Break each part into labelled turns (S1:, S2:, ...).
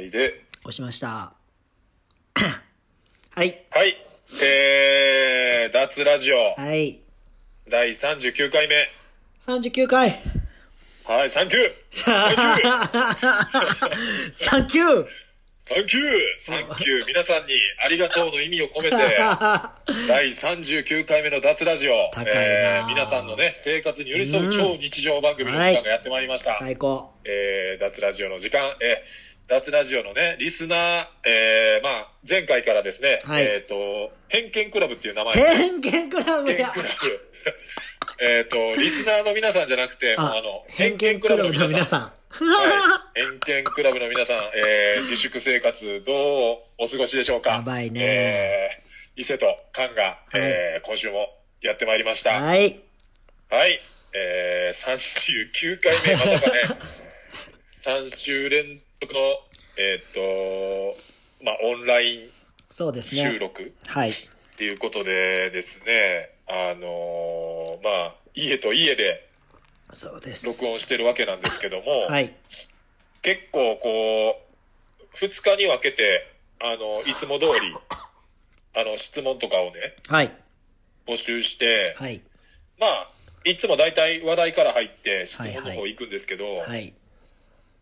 S1: いで。
S2: 押しました はい
S1: はい。えー、脱ラジオ、
S2: はい
S1: 第39回目。
S2: 39回
S1: はい、サンキュー
S2: サンキュー
S1: サンキューサンキュ ー皆さんにありがとうの意味を込めて、 第39回目の脱ラジオ、
S2: 高いな
S1: えー皆さんのね、生活に寄り添う超日常番組の時間がやってまいりました。
S2: 最高
S1: えー、脱ラジオの時間、えー、脱ラジオのね、リスナー、えー、まあ、前回からですね、
S2: はい
S1: えっ、と、偏見クラブっていう名前の
S2: 偏見クラブ
S1: 偏見
S2: や
S1: クラブ。えっと、リスナーの皆さんじゃなくて、もうあの、偏見クラブの皆さん。はい偏見クラブの皆さん、えー、自粛生活どうお過ごしでしょうか
S2: やばいね
S1: えー、伊勢と菅が、えー、今週もやってまいりました。はい。
S2: はい
S1: えー、39回目、まさかね、3週連続の、えーっと、まあ、オンライン
S2: そうです
S1: 収
S2: ね
S1: 録。
S2: はい
S1: っていうことでですね、あのーまあ、家と家で
S2: そうです
S1: 録音してるわけなんですけども、
S2: はい
S1: 結構こう、2日に分けて、あの、いつも通 り、あの、質問とかをね、
S2: はい
S1: 募集して、
S2: はい
S1: まあ、いつも大体話題から入って質問の方行くんですけど、
S2: はい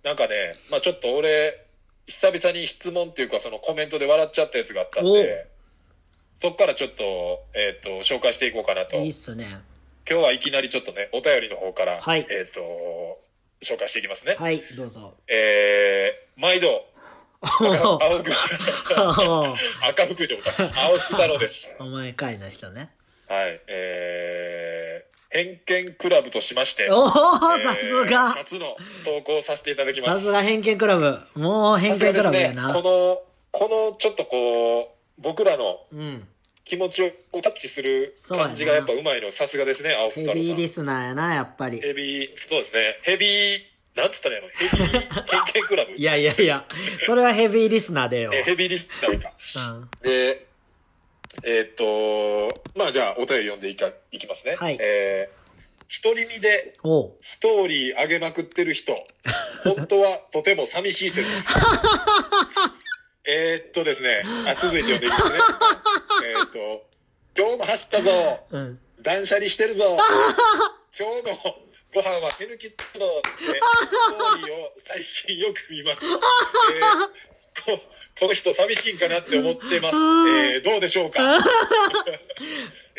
S1: なんかね、まあちょっと俺、久々に質問っていうかそのコメントで笑っちゃったやつがあったんで、そっからちょっと、えっ、と、紹介していこうかなと。
S2: いいっすね
S1: 今日はいきなりちょっとね、お便りの方から、
S2: はい
S1: えっ、と、紹介していきますね。
S2: はいど うぞ
S1: えー、毎度、 青
S2: お
S1: く、 赤福井でございます。青福太郎です。
S2: お前かいな人ね
S1: はい、えー、偏見クラブとしまして、
S2: おおさ
S1: えー
S2: すが
S1: 初の投稿させていただきま
S2: さ
S1: す。
S2: すが偏見クラブもう偏
S1: さすが
S2: 見
S1: で
S2: ク
S1: す
S2: ラブ
S1: ね
S2: やな、
S1: この、このちょっとこう、僕らの
S2: うん
S1: 気持ちをこうタッチする感じが
S2: そ
S1: や
S2: うや
S1: っ
S2: な
S1: ぱうまいの、さすがですね、青福
S2: ヘ
S1: 太郎
S2: ビ
S1: さ
S2: ー
S1: ん。
S2: リスナーやなやっぱり
S1: ヘビー、そうですね。ヘビー、なんつったらいいのヘビー、偏見クラブ。
S2: いやいやいやそれはヘビーリスナーでよ、
S1: えヘビーリスナーか。
S2: うん、
S1: で、えーっと、まあじゃあお便り読んでいかいきますね。
S2: はい
S1: えー、独り身で
S2: おう
S1: ストーリー上げまくってる 人、本当はとても寂しい説。えーっとですね、あ、続いて読んでいきますね。えーっと、今日も走ったぞ
S2: うん
S1: 断捨離してるぞ 今日のご飯は手抜きだぞってストーリーを最近よく見ます、えーここの人寂しいんかなって思ってます、えーどうでしょう か、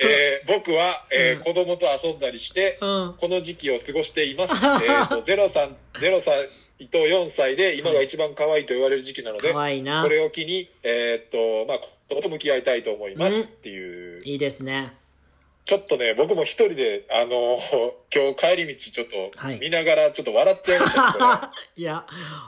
S1: えー僕は、えー子供と遊んだりして、
S2: うん
S1: この時期を過ごしてい ます、えー、と0歳0歳と4歳で今が一番可愛いと言われる時期なので、
S2: 可愛いな
S1: これを機に、えーっとまあ、子供と向き合いたいと思います
S2: うん
S1: っていう
S2: いいですね
S1: ちょっとね、僕も一人で、あの ー今日帰り道ちょっと
S2: はい
S1: 見ながらちょっと笑っちゃいましたね、こ
S2: いや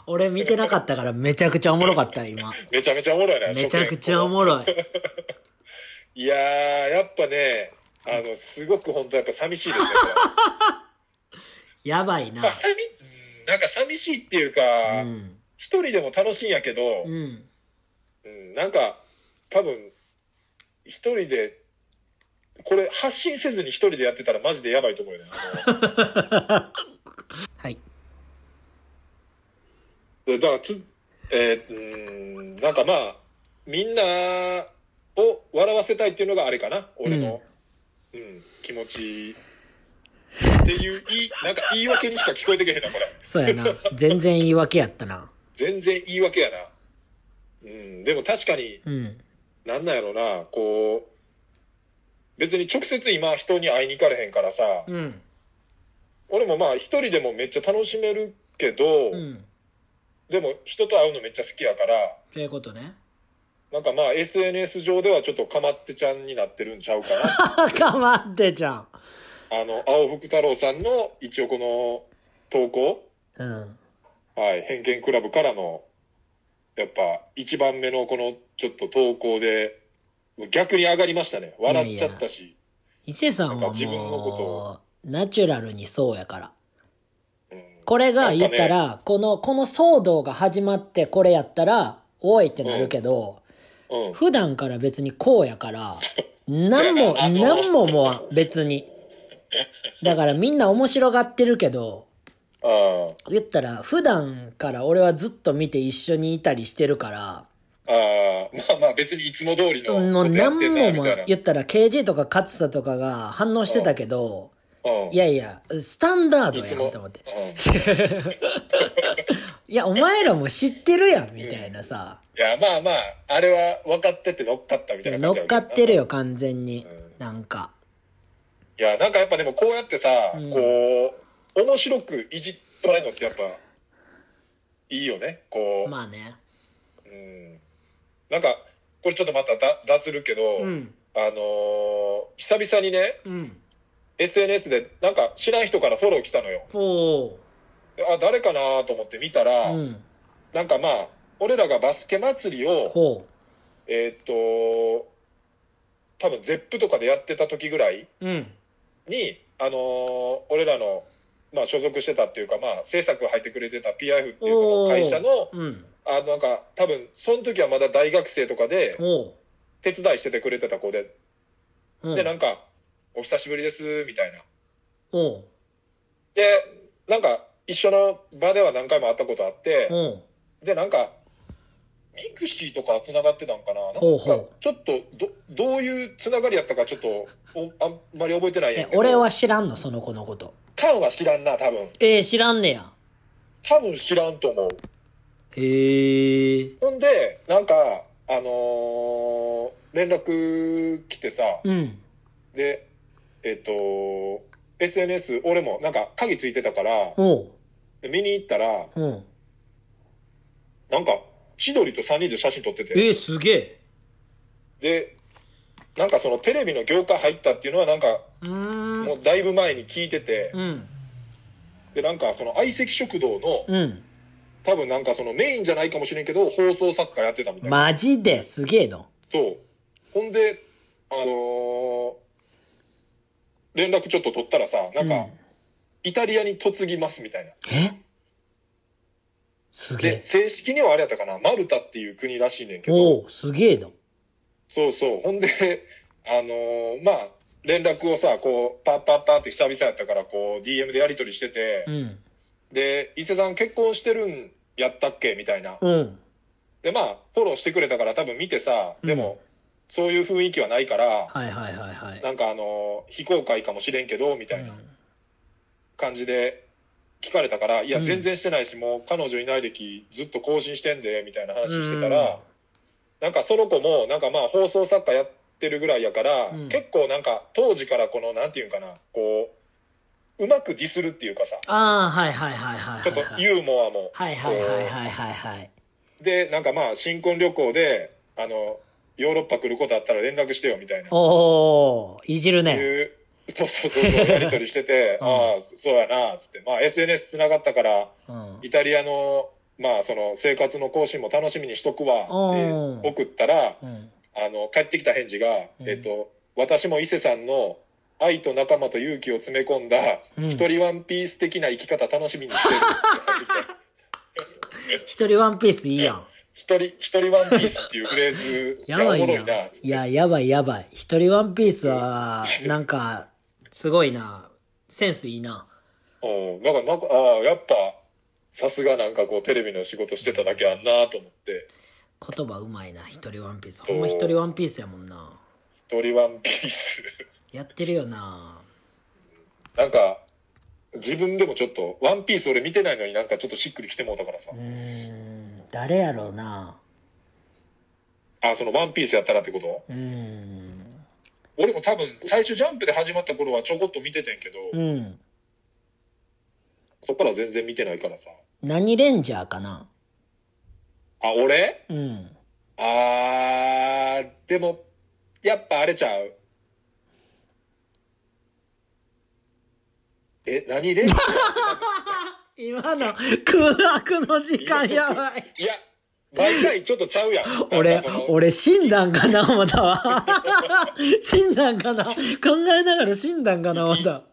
S2: 俺見てなかったからめちゃくちゃおもろかった 今
S1: れめちゃめちゃおもろいな、
S2: めちゃくちゃお
S1: ろ
S2: もろい
S1: い。いやー、やっぱね、あの、すごく本当やっぱ寂しいですね。これ
S2: やばいな
S1: まあ、寂、うんなんか寂しいっていうか、
S2: うん
S1: 一人でも楽しいんやけど、
S2: うん
S1: うんなんか、多分、一人で、これ発信せずに一人でやってたらマジでやばいと思うよね。あの
S2: はい
S1: でだからつ、えー、うーん、なんかまあ、みんなを笑わせたいっていうのがあれかな、俺の、うん、気持ち。っていう、いい、なんか言い訳にしか聞こえてけへんな、これ。
S2: そうやな全然言い訳やったな
S1: 全然言い訳やな。うん、でも確かに、
S2: うん
S1: なんなんやろな、こう、別に直接今人に会いに行かれへんからさ、
S2: うん
S1: 俺もまあ一人でもめっちゃ楽しめるけど、
S2: うん
S1: でも人と会うのめっちゃ好きやから、
S2: ということね
S1: なんかまあ SNS 上ではちょっとかまってちゃんになってるんちゃうか な。
S2: かまってちゃん
S1: あの、青福太郎さんの一応この投稿、
S2: うん
S1: はい、偏見クラブからの、やっぱ一番目のこのちょっと投稿で、逆に上がりましたね。笑っちゃったし。
S2: 伊勢さんは
S1: なん
S2: も
S1: か自分のことを
S2: うナチュラルにそうやから
S1: うん
S2: これが言った
S1: な
S2: ら、この、この騒動が始まってこれやったら、おいってなるけど、
S1: うん。
S2: 普段から別にこう やから、
S1: や
S2: なんも、
S1: あの
S2: なんももう別に。だからみんな面白がってるけど、
S1: ああ、
S2: 言ったら、普段から俺はずっと見て一緒にいたりしてるから、
S1: ああ、まあまあ別にいつも通りの
S2: も
S1: こ
S2: う
S1: とや
S2: 何
S1: ってんな、
S2: も
S1: み
S2: も
S1: たいな。
S2: 言ったら KG とか勝田とかが反応してたけど、
S1: うん
S2: いやいや、スタンダード
S1: いつ
S2: やん
S1: も。
S2: と思って。
S1: うんい
S2: いや、お前らも知ってるやん、みたいなさ。
S1: や、まあまあ、あれは分かってて乗っかったみ
S2: い
S1: たい
S2: や
S1: な
S2: 乗
S1: 感じやろうけどな
S2: っかってるよ、完全に。
S1: う
S2: なんか。
S1: いや、なんかやっぱでもこうやってさ、
S2: ん
S1: こう、面白くいじっとられるのってやっぱ、いいよね。こう、
S2: まあね。
S1: うん。なんか、これちょっとまただ脱るけど、
S2: うん。
S1: あのー久々にね、
S2: うん。
S1: SNS でなんか知らん人からフォロー来たのよ。
S2: お
S1: あ、誰かなと思って見たら、
S2: ー。うん。
S1: なんかまあ、俺らがバスケ祭りを、
S2: ほ。
S1: えーっと、多分ゼップとかでやってた時ぐらいう
S2: うん。
S1: に、あのー俺らの、まあ、所属してたっていうか、まあ、制作入ってくれてた PIF っていうそ
S2: お
S1: の
S2: ー
S1: 会社の、
S2: うん。
S1: あなんか、多分、その時はまだ大学生とかで、
S2: おう。
S1: 手伝いしててくれてた子で、
S2: うん
S1: で、なんか、お久しぶりです、みたいな。
S2: おう。
S1: で、なんか、一緒の場では何回も会ったことあって、
S2: おう。
S1: で、なんか、ミクシーとか繋がってたんかななんか、
S2: ほうほう
S1: ちょっと、ど、どういう繋がりやったかちょっと、おあんまり覚えてないんや
S2: え
S1: け、ど。
S2: 俺は知らんの、その子のこと。
S1: タンは知らんな、多分。
S2: えー、知らんねや。
S1: 多分知らんと思う。
S2: へえ。
S1: ほんで、なんか、あのー連絡来てさ、
S2: うん。
S1: で、えっ、と、SNS、俺もなんか鍵ついてたから、
S2: おう。
S1: で見に行ったら、
S2: うん。
S1: なんか、千鳥と3人で写真撮って
S2: え
S1: て、
S2: ー、すげえ。
S1: で、なんかそのテレビの業界入ったっていうのはなんか、
S2: うー
S1: も
S2: ん。
S1: うだいぶ前に聞いてて、
S2: うん。
S1: で、なんかその相席食堂の、
S2: うん。
S1: 多分なんかそのメインじゃないかもしれんけど、放送作家やってたみたいな。
S2: マジですげえの。
S1: そう。ほんで、あのー連絡ちょっと取ったらさ、なんか、
S2: うん
S1: イタリアに嫁ぎますみたいな。
S2: えすげ
S1: で、
S2: え。
S1: 正式にはあれやったかな、マルタっていう国らしいねんけど、
S2: おう、すげえの。
S1: そうそう。ほんで、 あのーまあ、連絡をさ、こう、パッパッパって久々やったから、こう、DM でやり取りしてて、
S2: うん。
S1: で、伊勢さん結婚してるんやったっけみたいな。
S2: うん。
S1: で、まあ、フォローしてくれたから多分見てさ、でも、そういう雰囲気はないから、
S2: はいはいはいはい。
S1: なんかあのー非公開かもしれんけど、みたいな感じで聞かれたから、いや、
S2: うん
S1: 全然してないし、もう彼女いない歴ずっと更新してんで、みたいな話してた
S2: うん
S1: ら、なんかその子も、なんかまあ放送作家やってるぐらいやから、
S2: うん
S1: 結構なんか当時からこの、なんていうんかな、こう、うまくディスるっていうかさ、
S2: ああ、はいはいはいはいはいはい。
S1: ちょっとユーモアも、
S2: はいはいはいはいはいはい。
S1: で、なんかまあ新婚旅行で、あの、ヨーロッパ来ることあったら連絡してよみたいな。
S2: おおいじるね。
S1: いう、そうそうそうそう、やりとりしてて、
S2: うん
S1: ああ、そうやな、つって。まあ SNS 繋がったから、
S2: うん。
S1: イタリアの、まあその生活の更新も楽しみにしとくわ、
S2: うん
S1: って送ったら、
S2: うん。
S1: あの、帰ってきた返事が、
S2: うん
S1: えっと、私も伊勢さんの愛と仲間と勇気を詰め込んだ、
S2: うん
S1: 一人ワンピース的な生き方楽しみにして るって入ってきた。
S2: 一人ワンピースいいやん。
S1: 一人、一人ワンピースっていうフレーズ
S2: や
S1: がお
S2: ばい
S1: も
S2: や
S1: ろ
S2: ん。
S1: いな、つって
S2: いや、やばいやばい。一人ワンピースは、なんか、すごいな。センスいいな。
S1: うん、なんか、なんか、ああ、やっぱ、さすがなんかこう、テレビの仕事してただけあんなと思って、
S2: 言葉うまいな。一人ワンピース。ほんま一人ワンピースやもんな。
S1: 一人ワンピース。
S2: やってるよな。
S1: なんか、自分でもちょっと、ワンピース俺見てないのになんかちょっとしっくりきてもうたからさ
S2: う、ーん。誰やろうな。
S1: あそのワンピースやったらってこと
S2: うーん。
S1: 俺も多分、最初ジャンプで始まった頃はちょこっと見ててんけど、
S2: うん。
S1: そっから全然見てないからさ。
S2: 何レンジャーかな。
S1: あ、俺
S2: うん。
S1: あー、でも、やっぱあれちゃう。え、何 で
S2: 今の空白の時間やばい。
S1: いや、毎回ちょっとちゃうやん。な
S2: 俺
S1: んかその、
S2: 俺死んだんかな思ったわ。 死んだんかな考えながら死んだんかな思った。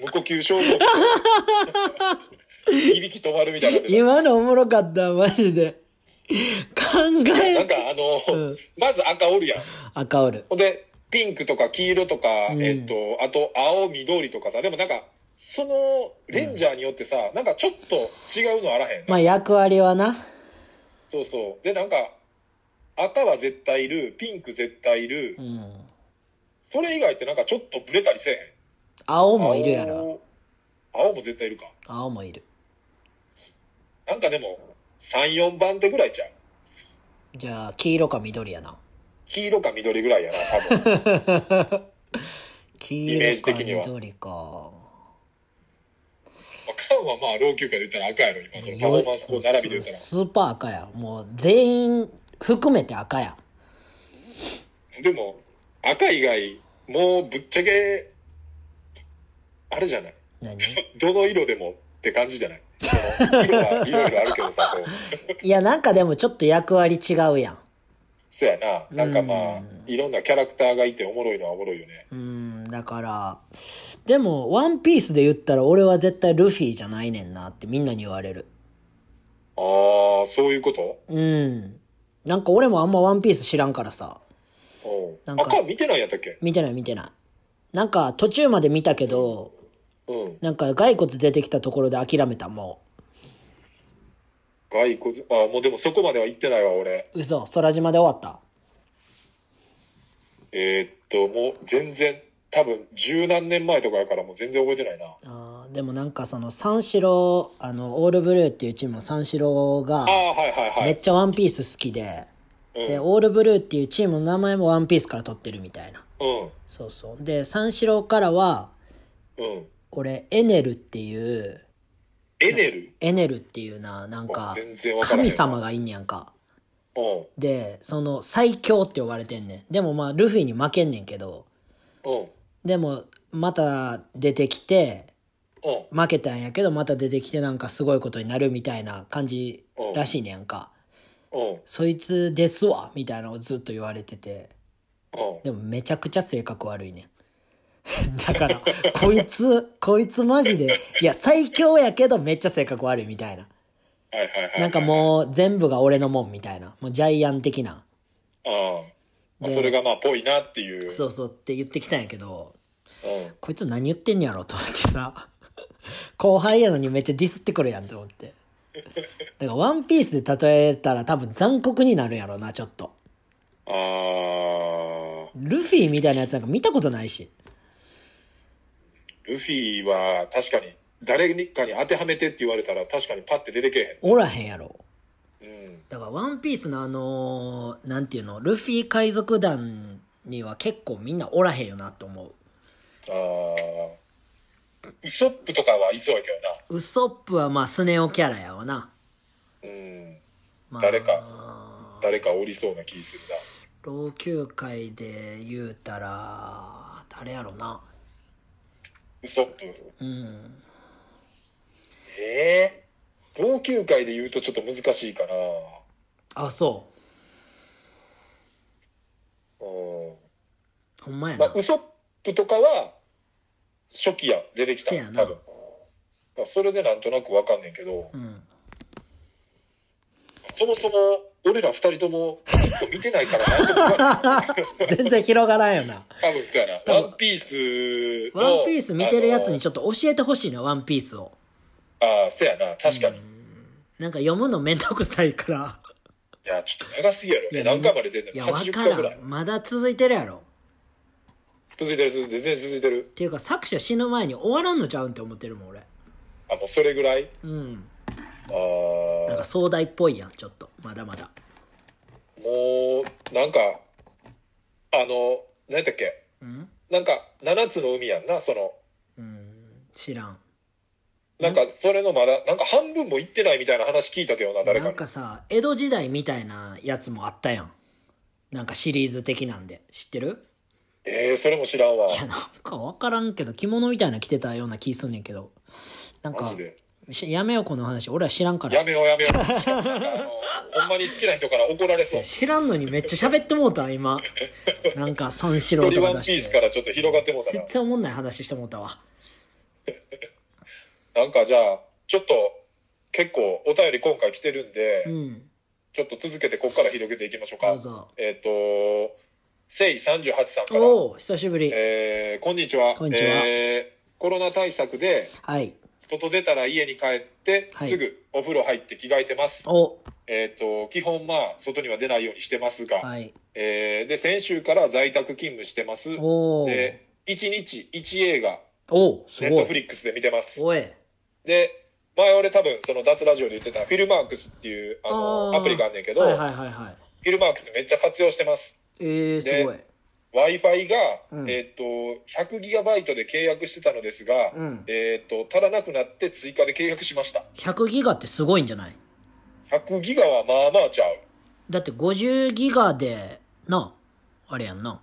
S1: 無呼吸症候 群。いびき止まるみたいなので。
S2: 今のおもろかった、マジで。考
S1: なん
S2: え、
S1: かあの、
S2: うん
S1: まず赤おるやん。
S2: 赤おる。
S1: ほんで、ピンクとか黄色とか、
S2: うん
S1: えっと、あと青、緑とかさ、でもなんか、そのレンジャーによってさ、なんかちょっと違うのあらへん、
S2: まあ役割はな。
S1: そうそうでなんか赤は絶対いるピンク絶対いる
S2: うん。
S1: それ以外ってなんかちょっとブレたりせえへん
S2: 青もいるやろ。
S1: 青青も絶対いるか
S2: 青もいる。
S1: なんかでも34番手ぐらいちゃう
S2: じゃあ、黄色か緑やな。
S1: 黄色か緑ぐらいやな多分
S2: 黄
S1: メー
S2: 色
S1: ジ
S2: か
S1: 的には
S2: 緑か。
S1: カンはまあ老朽化で言ったら赤やろ今そのパフォーマンスこう並びで言ったら
S2: ススーパー赤や。もう全員含めて赤や。
S1: でも赤以外もうぶっちゃけあれじゃない
S2: 何
S1: どの色でもって感じじゃないその色がいろいろあるけどさこう
S2: いや、なんかでもちょっと役割違うやん。
S1: そやななんかまあいろんなキャラクターがいておもろいのはおもろいよね
S2: うん、だから、でも、ワンピースで言ったら俺は絶対ルフィじゃないねんなってみんなに言われる。
S1: ああそういうこと
S2: うん。なんか俺もあんまワンピース知らんからさ。
S1: おう
S2: なんか
S1: 赤見てないんやったっけ
S2: 見てない見てない。なんか途中まで見たけど、
S1: うん
S2: なんか骸骨出てきたところで諦めた、も
S1: 骸骨あもうでもそこまでは行ってないわ俺
S2: う。嘘、空島で終わった。
S1: えーっともう全然多分十何年前とかやからもう全然覚えてないな
S2: あーでもなんかその三四郎、あの、オールブルーっていうチームの三四郎が
S1: あ、あはいはいは
S2: めっ
S1: い
S2: ちゃワンピース好きで、で、
S1: う
S2: オールブルーっていうチームの名前もワンピースから取ってるみたいな。
S1: ん
S2: そうそう。で、三四郎からは、
S1: うんうん
S2: 俺、エネルっていう、
S1: エネル
S2: エネルっていうな、なんか、
S1: 全然わからへん
S2: 神様がいんねやんか。
S1: うん
S2: で、その、最強って呼ばれてんねん。でもまあ、ルフィに負けんねんけど、
S1: うん
S2: でも、また出てきて、
S1: うん
S2: 負けたんやけど、また出てきてなんかすごいことになるみたいな感じらしいねやんか。
S1: うん
S2: そいつですわみたいなのをずっと言われてて。でもめちゃくちゃ性格悪いねん。 だから、こいつ、こいつマジで、いや、最強やけどめっちゃ性格悪いみたいな。
S1: はいはいはい
S2: なんかもう全部が俺のもんみたいな。もうジャイアン的な。
S1: うんまあ
S2: で
S1: それがまあぽいなっていう
S2: そうそうって言ってきたんやけど、
S1: うん
S2: こいつ何言ってんやろと思ってさ、 後輩やのにめっちゃディスってくるやんと思って。だからワンピースで例えたら多分残酷になるんやろな、ちょっと。
S1: あー
S2: ルフィみたいなやつなんか見たことないし。
S1: ルフィは確かに誰かに当てはめてって言われたら確かにパッて出てけ
S2: おらへんやろ。
S1: えへんうん
S2: だから、ワンピースのあのーなんていうの、ルフィ海賊団には結構みんなおらへんよなと思う。
S1: あーウソップとかはいそうやけ
S2: ウソップはまあ、スネ夫キャラやわな。
S1: どなうん
S2: まあ、
S1: 誰誰かおりそうな気する
S2: 老朽会で言うたら、誰やろな。
S1: なウソップ
S2: うん。
S1: ええ老朽会で言うとちょっと難しいかな
S2: あ、そ
S1: うん
S2: う。ほんまや
S1: ま
S2: な
S1: あ、。ウソップとかは初期や出てきた
S2: せやな
S1: 多分だからそれでなんとなくわかんねんけど
S2: うん。
S1: そもそも俺ら二人ともずっと見てないからなんともわかんない
S2: 全然広がらんよな。
S1: 多分そうやな
S2: 多分
S1: ワンピース
S2: ワ
S1: の
S2: ンピース見てるやつに
S1: あ
S2: ちょっと教えてほしいな、ワンピースを。
S1: のあーそうやな確かに、い
S2: なんか読むのめんどくさい から。
S1: やちょっと長すぎやろ
S2: いや
S1: 何回まで出ん
S2: い
S1: の
S2: や、わ
S1: 80
S2: か
S1: 回ぐ
S2: ら
S1: らい
S2: ん。まだ続いてるやろ。
S1: 続いてる続いてる全然続いてる
S2: っていうか作者死ぬ前に終わらんのちゃうんって思ってるもん俺
S1: あもうそれぐらい
S2: うん
S1: あー
S2: なんか壮大っぽいやんちょっとまだまだ
S1: もうなんかあの何やったっけ
S2: うん、
S1: なんか7つの海やんなその
S2: うん、知らん
S1: なんかそれのまだなんか半分も行ってないみたいな話聞いたけどな誰か
S2: なん
S1: に
S2: かさ江戸時代みたいなやつもあったやんなんかシリーズ的なんで知ってる
S1: えー、それも知らんわ
S2: いやなんか分からんけど着物みたいな着てたような気すんねんけどなん
S1: マ
S2: か
S1: ジで
S2: しやめようこの話俺は知らんから
S1: やめようやめようしかもなんかあのほんまに好きな人から怒られそう
S2: 知らんのにめっちゃ喋ってもうた 今なんか三四
S1: 一
S2: 郎
S1: 人
S2: と
S1: ワ
S2: か
S1: ン
S2: 出
S1: ピース
S2: し
S1: か
S2: て
S1: らちょっと広がってもうた
S2: 全然おもんない話してもうたわ
S1: ななんかじゃあちょっと結構お便り今回来てるんで、
S2: うん
S1: ちょっと続けてここから広げていきましょう
S2: ど
S1: か
S2: うぞ
S1: えっ、とせい38さんから
S2: おお久しぶり
S1: えーこんにちは。
S2: こんにちは
S1: えーコロナ対策で、
S2: はい。
S1: 外出たら家に帰って、
S2: はい
S1: すぐお風呂入って着替えてます。
S2: お、
S1: えっ、と、基本まあ、外には出ないようにしてますが、
S2: はい。
S1: えーで、先週から在宅勤務してます。
S2: おー
S1: で、1日1映画、
S2: お、す
S1: ネッ
S2: ご
S1: トフ
S2: い。
S1: リックスで見てます。
S2: おい。
S1: で、前俺多分、その脱ラジオで言ってた、フィルマークスっていう、あの、
S2: あー
S1: アプリがあんねんけど、
S2: はいはいはいはい。
S1: フィルマークスめっちゃ活用してます。
S2: えー、すごい。
S1: Wi-Fi が、
S2: うん
S1: えっ、と、100ギガバイトで契約してたのですが、
S2: うん
S1: えっ、と、足らなくなって追加で契約しました。
S2: 100ギガってすごいんじゃない
S1: 100ギガはまあまあちゃう。
S2: だって50ギガで、な、あれやんな。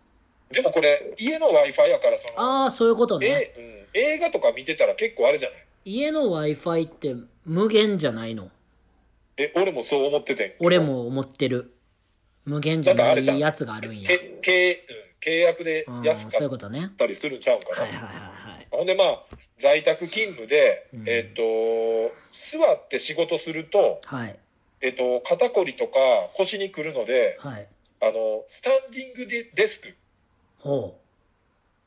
S1: でもこれ、家の Wi-Fi やから、その、
S2: ああ、そういうことね。
S1: え、うん、映画とか見てたら結構あれじゃない
S2: 家の Wi-Fi って無限じゃないの
S1: え、俺もそう思っててんけど
S2: 俺。も思ってる。無限じゃ
S1: なんか
S2: な
S1: あれじゃん
S2: いやつがあるんや。
S1: けけうん、契約で
S2: うん、
S1: 安
S2: そうい
S1: か
S2: う
S1: っ
S2: ことね。
S1: たりするんちゃうんかな。
S2: はいはいはいはい。
S1: ほんでまあ、在宅勤務で、
S2: うん
S1: えっ、と、座って仕事すると、
S2: はい。
S1: えっ、と、肩こりとか腰にくるので、
S2: はい。
S1: あの、スタンディングデデスク、
S2: ほ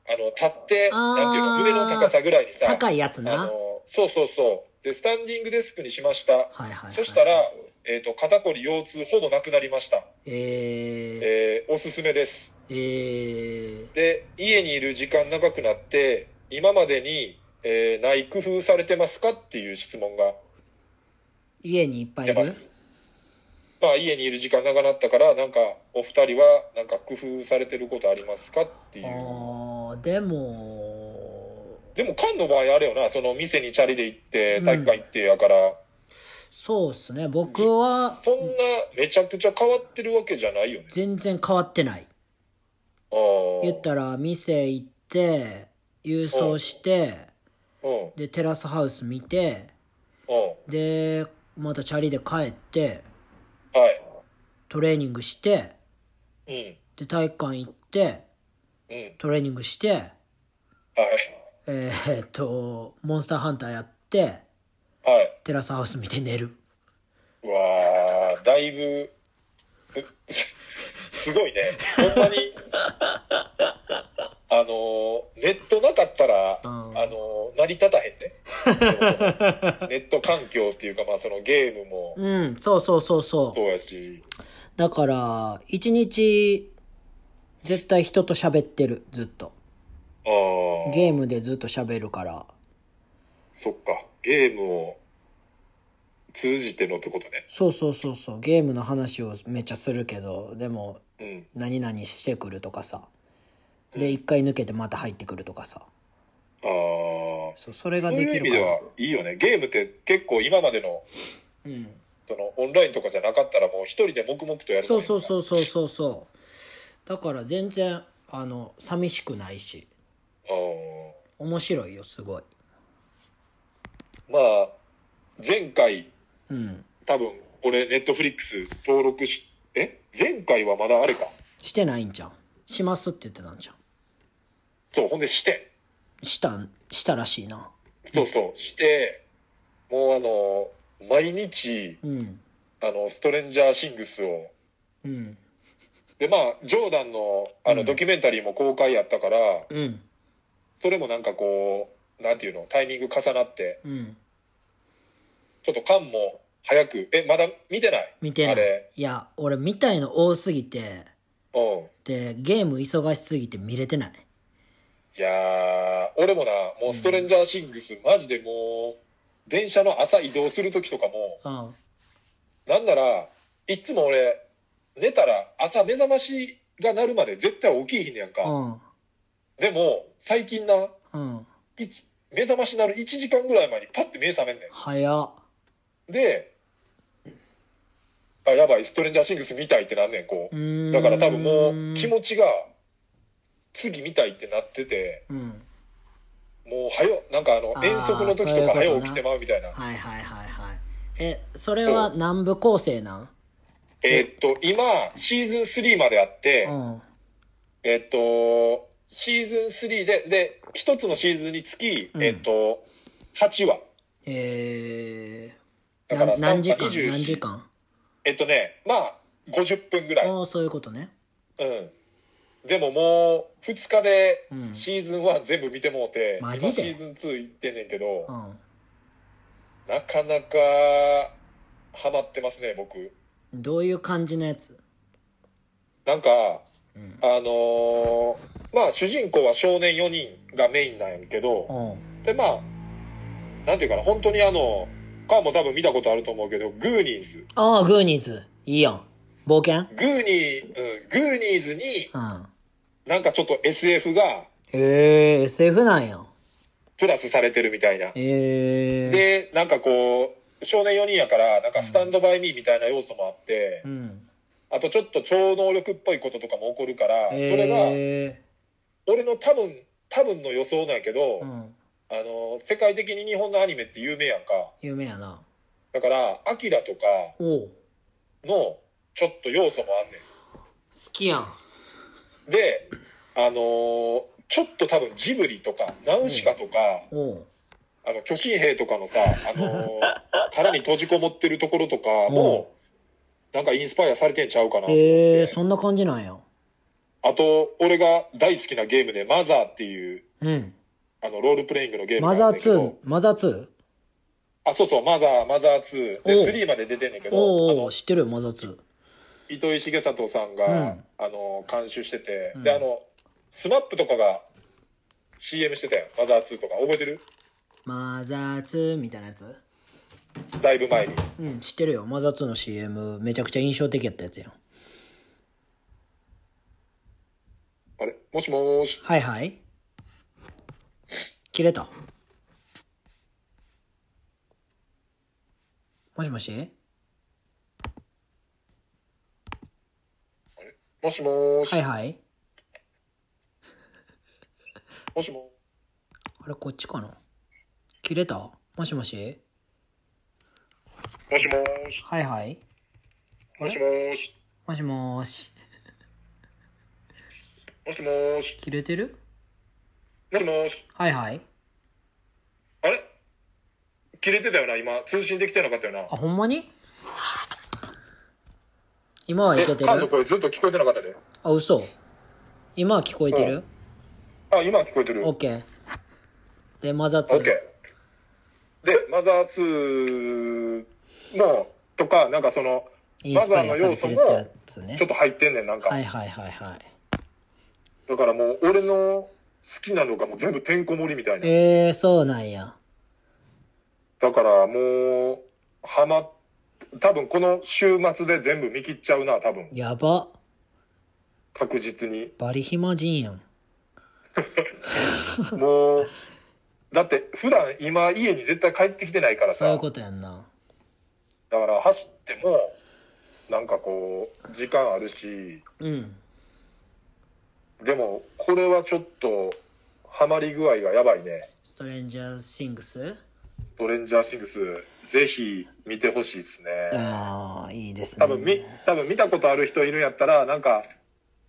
S2: う。
S1: あの、立って、
S2: あー
S1: なんていうの、胸の高さぐらいにさ、
S2: 高いやつな。
S1: あ
S2: は
S1: の、そうそうそう。で、スタンディングデスクにしました。
S2: いはいはい。
S1: そしたら、えっ、と、肩こり、腰痛、ほぼなくなりました。
S2: えー、
S1: えーおすすめです。
S2: えー、
S1: で、家にいる時間長くなって、今までに、えーない工夫されてますかっていう質問が
S2: 家にいっぱいい
S1: 出
S2: る
S1: ます。まあ、家にいる時間長くなったから、なんか、お二人は、なんか工夫されてることありますかっていう。
S2: あー、でも、
S1: でも、菅の場合あれよな、その店にチャリで行って、体育館行ってやから、
S2: そうっすね。僕は
S1: そんなめちゃくちゃ変わってるわけじゃないよね。
S2: 全然変わってない。
S1: あー
S2: 言ったら、店行って、郵送して、
S1: うん、うん、
S2: で、テラスハウス見て、で、またチャリで帰って、
S1: はい。
S2: トレーニングして、
S1: うん、
S2: で、体育館行って、
S1: うん、
S2: トレーニングして、
S1: はい、
S2: えーっと、モンスターハンターやって、
S1: はい。
S2: テラスハウス見て寝る。
S1: うわーだいぶうすすごいねほんま にあのーネットなかったら、
S2: うん
S1: あのー成り立たへんね ネット環境っていうか、まあ、そのゲームも
S2: うん、そうそうそうそ
S1: そうやし
S2: う。だから、一日、絶対人と喋ってる、ずっと。
S1: あー
S2: ゲームでずっと喋るから。
S1: そっかゲームを通じてのってことね
S2: そうそうそうそう、ゲームの話をめっちゃするけど、でも、
S1: うん
S2: 何々してくるとかさ。で、一回抜けてまた入ってくるとかさ。
S1: あー
S2: そう、それ
S1: そ
S2: が
S1: うい
S2: で
S1: う
S2: き
S1: 意味
S2: る
S1: で
S2: から。
S1: はいいよねゲームって結構今までの
S2: うん。
S1: そのオンラインとかじゃなかったらもう一人で黙々とやる
S2: そうそう
S1: う
S2: そうそうそうそうだから全然あの寂しくないし
S1: あー
S2: 面白いよすごい
S1: まあ、前回、
S2: うん
S1: 多分、俺、ネットフリックス登録し、え前回はまだあれか。
S2: してないんじゃんしますって言ってたんじゃん
S1: そう、ほんでして。
S2: したんしたらしいな
S1: そうそう、して、もうあの、毎日、
S2: うん
S1: あの、ストレンジャーシングスを。
S2: うん
S1: で、まあ、ジョーダンの、あ
S2: う
S1: の、
S2: ん
S1: ドキュメンタリーも公開やったから、
S2: うん
S1: それもなんかこう、なんていうの、タイミング重なって、
S2: うん
S1: ちょっと缶も早く、え、まだ見てない
S2: 見てな
S1: あれ
S2: いいや俺見たいの多すぎて
S1: うん。
S2: でゲーム忙しすぎて見れてない
S1: いやー、俺もな、もうストレンジャーシングス、マジでもう、電車の朝移動する時とかも、
S2: うん
S1: なんなら、いつも俺、寝たら朝目覚ましが鳴るまで絶対起きひんねやんか。
S2: うん
S1: でも、最近な、
S2: うん
S1: いち目覚まし鳴る1時間ぐらい前にパッて目覚めんね
S2: 早っ
S1: ん。で、あ、やばい、ストレンジャーシングス見たいってなんねん、こ
S2: う
S1: う。
S2: ーん
S1: だから多分もう、気持ちが、次見たいってなってて、
S2: うん
S1: もう早よ、なんかあの
S2: あ、ー
S1: 遠足の時
S2: そうい
S1: と
S2: うこ
S1: か
S2: とな
S1: 早起きてまうみたいな。
S2: はいはいはいはいえそれは南部構成なん
S1: えーっと、今、シーズン3まであって、
S2: うん
S1: えーっと、シーズン3で、で、一つのシーズンにつき、
S2: うん
S1: えーっと、8話。
S2: え
S1: だ
S2: ー、
S1: から
S2: な何時間
S1: 24
S2: 何時間
S1: えーっとね、まあ、50分ぐらい。うん。
S2: ああそういうことね
S1: でももう2日で
S2: うん
S1: シーズン1全部見てもうて、
S2: マ
S1: 今
S2: ジで
S1: シーズン2行ってんねんけど、
S2: うん
S1: なかなかハマってますね僕
S2: どういう感じのやつ
S1: なんか
S2: うん
S1: あのーまあ主人公は少年4人がメインなんやけど
S2: うん
S1: でまあなんていうかな本当にあのカーも多分見たことあると思うけどグーニーズ
S2: ああグーニーズいいやん冒険
S1: グーニー、うん、グーニーズに
S2: うん
S1: なんかちょっと SF が
S2: へえ SF なんや
S1: プラスされてるみたいな
S2: へえ
S1: でなんかこう少年4人やからなんかスタンドバイミーみたいな要素もあって、
S2: うん
S1: あとちょっと超能力っぽいこととかも起こるから、
S2: へえ
S1: それが俺の多分多分の予想なんやけど、
S2: うん
S1: あの世界的に日本のアニメって有名やんか
S2: 有名やな
S1: だから「アキラとか
S2: おう
S1: の
S2: 好
S1: ちょっと要素もあんね
S2: きやん
S1: んであのーちょっと多分ジブリとかナウシカとか、
S2: おう
S1: あの巨神兵とかのさ、あ のー殻に閉じこもってるところとかも、なんかインスパイアされてんちゃうかなと思って
S2: へえそんな感じなんや
S1: あと俺が大好きなゲームで「マザー」っていう
S2: うん
S1: あのロールプレイングのゲーム
S2: マ
S1: が
S2: ザ
S1: あ
S2: ー
S1: るんだけど
S2: 2マザー 2?
S1: あそうそう「マザー」「マザー2」で
S2: おう
S1: 3まで出てんねんけどあ
S2: おうお
S1: の
S2: う知ってるよマザー
S1: 糸井重里さんが、
S2: うん
S1: あの監修してて、
S2: うん
S1: であのスマップとかが CM してたよ「マザー2」とか覚えてる
S2: 2マザー2みたいなやつ
S1: だいぶ前に
S2: うん知ってるよマザー2の CM めちゃくちゃ印象的やったやつやん
S1: あれもしもーし
S2: はいはい切れたもしもし
S1: もしもーし、
S2: はいはい
S1: もしも
S2: あれこっちかな切れたもしもし
S1: もしもーし
S2: はいはい
S1: もしもーし
S2: もしもーし
S1: もしもーし
S2: 切れてる
S1: もしもーし
S2: はいはい
S1: あれ切れてたよな今通信できてなかったよな
S2: あほんまに今はい
S1: え
S2: けて
S1: カンの
S2: る
S1: 声ずっと聞こえてなかったで
S2: あ嘘今は聞こえてる
S1: あ今聞こえてる
S2: ?OK でマザー
S1: オ
S2: 2
S1: ッケーでマザー2のとかなんかその
S2: イン
S1: マ
S2: ス
S1: ザ
S2: パ
S1: ー
S2: イ
S1: の
S2: アさ
S1: 要
S2: れ
S1: 素
S2: てる
S1: も
S2: ってやつね
S1: ちょっと入ってんねんなんか、
S2: はいはいはいはい
S1: だからもう俺の好きなのがもう全部てんこ盛りみたいな
S2: えー、そうなんや
S1: だからもうハマっ多分この週末で全部見切っちゃうな多分
S2: やば
S1: 確実に
S2: バリ暇人やん
S1: もうだって普段今家に絶対帰ってきてないから
S2: そうい
S1: さ
S2: うことやんな
S1: だから走ってもなんかこう時間あるし
S2: うん
S1: でもこれはちょっとハマり具合がやばいね
S2: ストレンジャーシングス
S1: ストレンジャーシングスぜひ見てほしいですね
S2: ああいいですね
S1: 多分み多分見たことある人いるんやったらなんか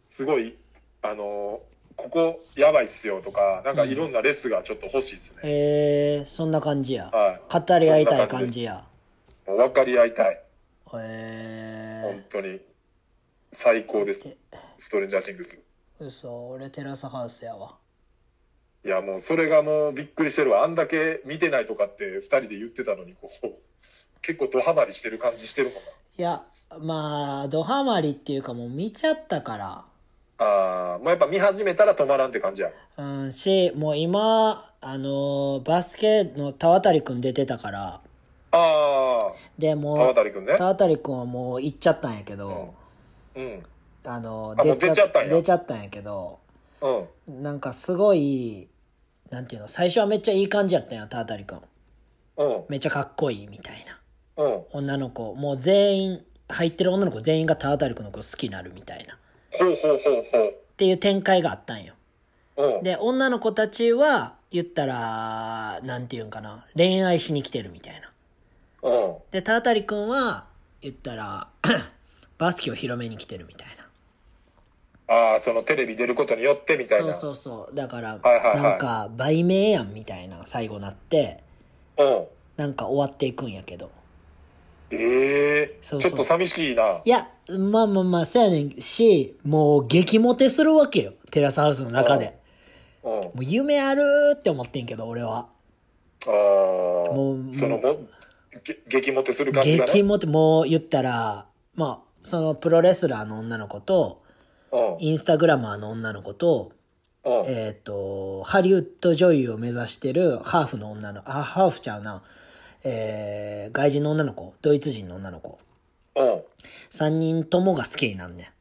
S1: すごいあのここやばいっすよとかなんかいろんなレスがちょっと欲しいですね、
S2: えー、そんな感じや
S1: は
S2: 語り合いたい
S1: そんな感
S2: 感
S1: じ
S2: じ
S1: で
S2: や
S1: いもう分かり合いたい
S2: え
S1: 本当に最高です
S2: て
S1: ストレンジャーシングス
S2: ー、嘘俺テラスハウスやわ
S1: いやもうそれがもうびっくりしてるわあんだけ見てないとかって2人で言ってたのにこう結構ドハマりしてる感じしてるもん
S2: いやまあドハマりっていうかもう見ちゃったから
S1: なあーもうやっぱ見始めたら止まらんって感じや
S2: うんしもう今あのーバスケの田渡くん出てたから
S1: ああ
S2: でもう
S1: 田渡君ね
S2: 田渡くんはもう行っちゃったんやけど、
S1: うん
S2: あの
S1: あもう出ちゃったんや
S2: 出ちゃったんやけど
S1: うん
S2: なんかすごいなんていうの最初はめっちゃいい感じやったんや田渡くん
S1: うん
S2: めっちゃかっこいいみたいな
S1: うん
S2: 女の子もう全員入ってる女の子全員が田渡くんのこと好きになるみたいなっ
S1: ほうほうほう
S2: ていう展開があったんよ
S1: ほううん
S2: で女の子たちは言ったらなんていうんかな恋愛しに来てるみたいな
S1: うん
S2: で田渡くんは言ったら バスケを広めに来てるみたいな
S1: ああそのテレビ出ることによってみたい
S2: そう
S1: な
S2: そうそうだか
S1: は
S2: ら、
S1: いはいはい
S2: なんか売名やんみたいな最後なって
S1: うん
S2: なんか終わっていくんやけど
S1: ええ
S2: そう
S1: ち
S2: そう
S1: ょっと寂しいな。
S2: いや、まあまあまあ、そうやねんし、もう激モテするわけよ。テラスハウスの中で。
S1: うん。あ
S2: もう夢あるーって思ってんけど、俺は。
S1: あ
S2: もう
S1: ー。そのも、げ激モテする感じが
S2: 激
S1: ね。
S2: モテ、もう言ったら、まあ、そのプロレスラーの女の子と、
S1: うん。
S2: インスタグラマーの女の子と、
S1: うん。
S2: えっ、と、ハリウッド女優を目指してるハーフの女の、あ、ハーフちゃうな。えー、外人の女の子、ドイツ人の女の子。
S1: うん。
S2: 3人ともが好きになんね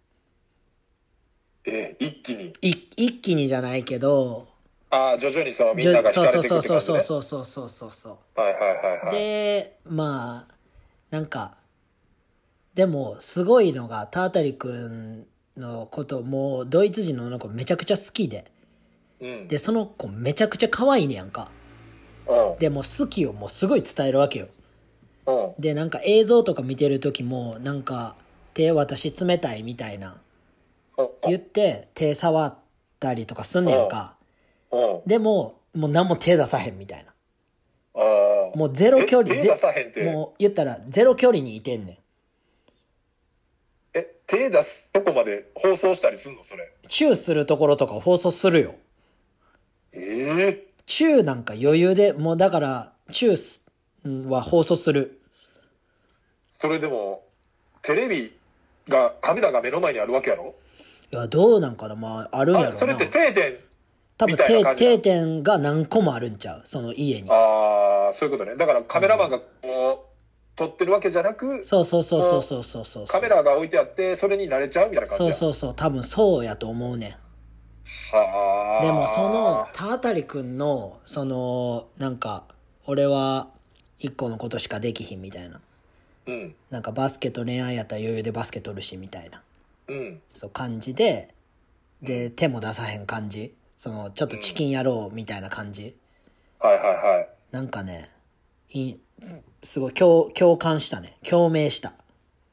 S1: ええ一気に。
S2: ん。い一気にじゃないけど、
S1: ああ、徐々にそのみん
S2: じ
S1: な
S2: ゅ
S1: が
S2: そう
S1: 惹かれ
S2: そう
S1: て
S2: そ
S1: く
S2: う
S1: って
S2: そ
S1: 感
S2: う
S1: じ
S2: そ
S1: ね
S2: う。そうそうそうそうそう。
S1: はいはいはいはい。
S2: でまあなんかでもすごいのがタータリ君のこともうドイツ人の女の子めちゃくちゃ好きで
S1: うん。
S2: でその子めちゃくちゃ可愛いねやんか
S1: うん。
S2: でもう好きをもうすごい伝えるわけよ
S1: うん。
S2: でなんか映像とか見てる時もなんか手私冷たいみたいな言って手触ったりとかすんねやんか
S1: うん。
S2: でももう何も手出さへんみたいな
S1: ああ。
S2: もうゼロ距離
S1: え手
S2: ぜ
S1: 出さへんって
S2: もう言ったらゼロ距離にいてんねん
S1: え、手出すとこまで放送したりすんのそれ。
S2: チューするところとか放送するよ。
S1: ええ
S2: チューなんか余裕で、もうだから、チューすんは放送する。
S1: それでも、テレビが、カメラが目の前にあるわけやろ
S2: いや、どうなんかなまあ、あるんやろ
S1: あ、
S2: な。
S1: それって定点。
S2: 多分
S1: みたいな
S2: 定、
S1: 感じな
S2: 定点が何個もあるんちゃうその家に。
S1: ああ、そういうことね。だからカメラマンがこう、撮ってるわけじゃなく、
S2: そうそうそうそうそうそうそう。
S1: カメラが置いてあって、それに慣れちゃうみたいな感じ
S2: そう
S1: や。
S2: そうそう、多分そうやと思うね
S1: は
S2: ん。
S1: あ。
S2: でもその、田辺くんの、その、なんか、俺は一個のことしかできひんみたいな。
S1: うん。
S2: なんかバスケと恋愛やったら余裕でバスケ取るし、みたいな。
S1: うん。
S2: そう感じでで手も出さへん感じそのちょっとチキン野郎みたいな感じ、
S1: はいはいはい。
S2: なんかねいいすすごい共共感したね共鳴した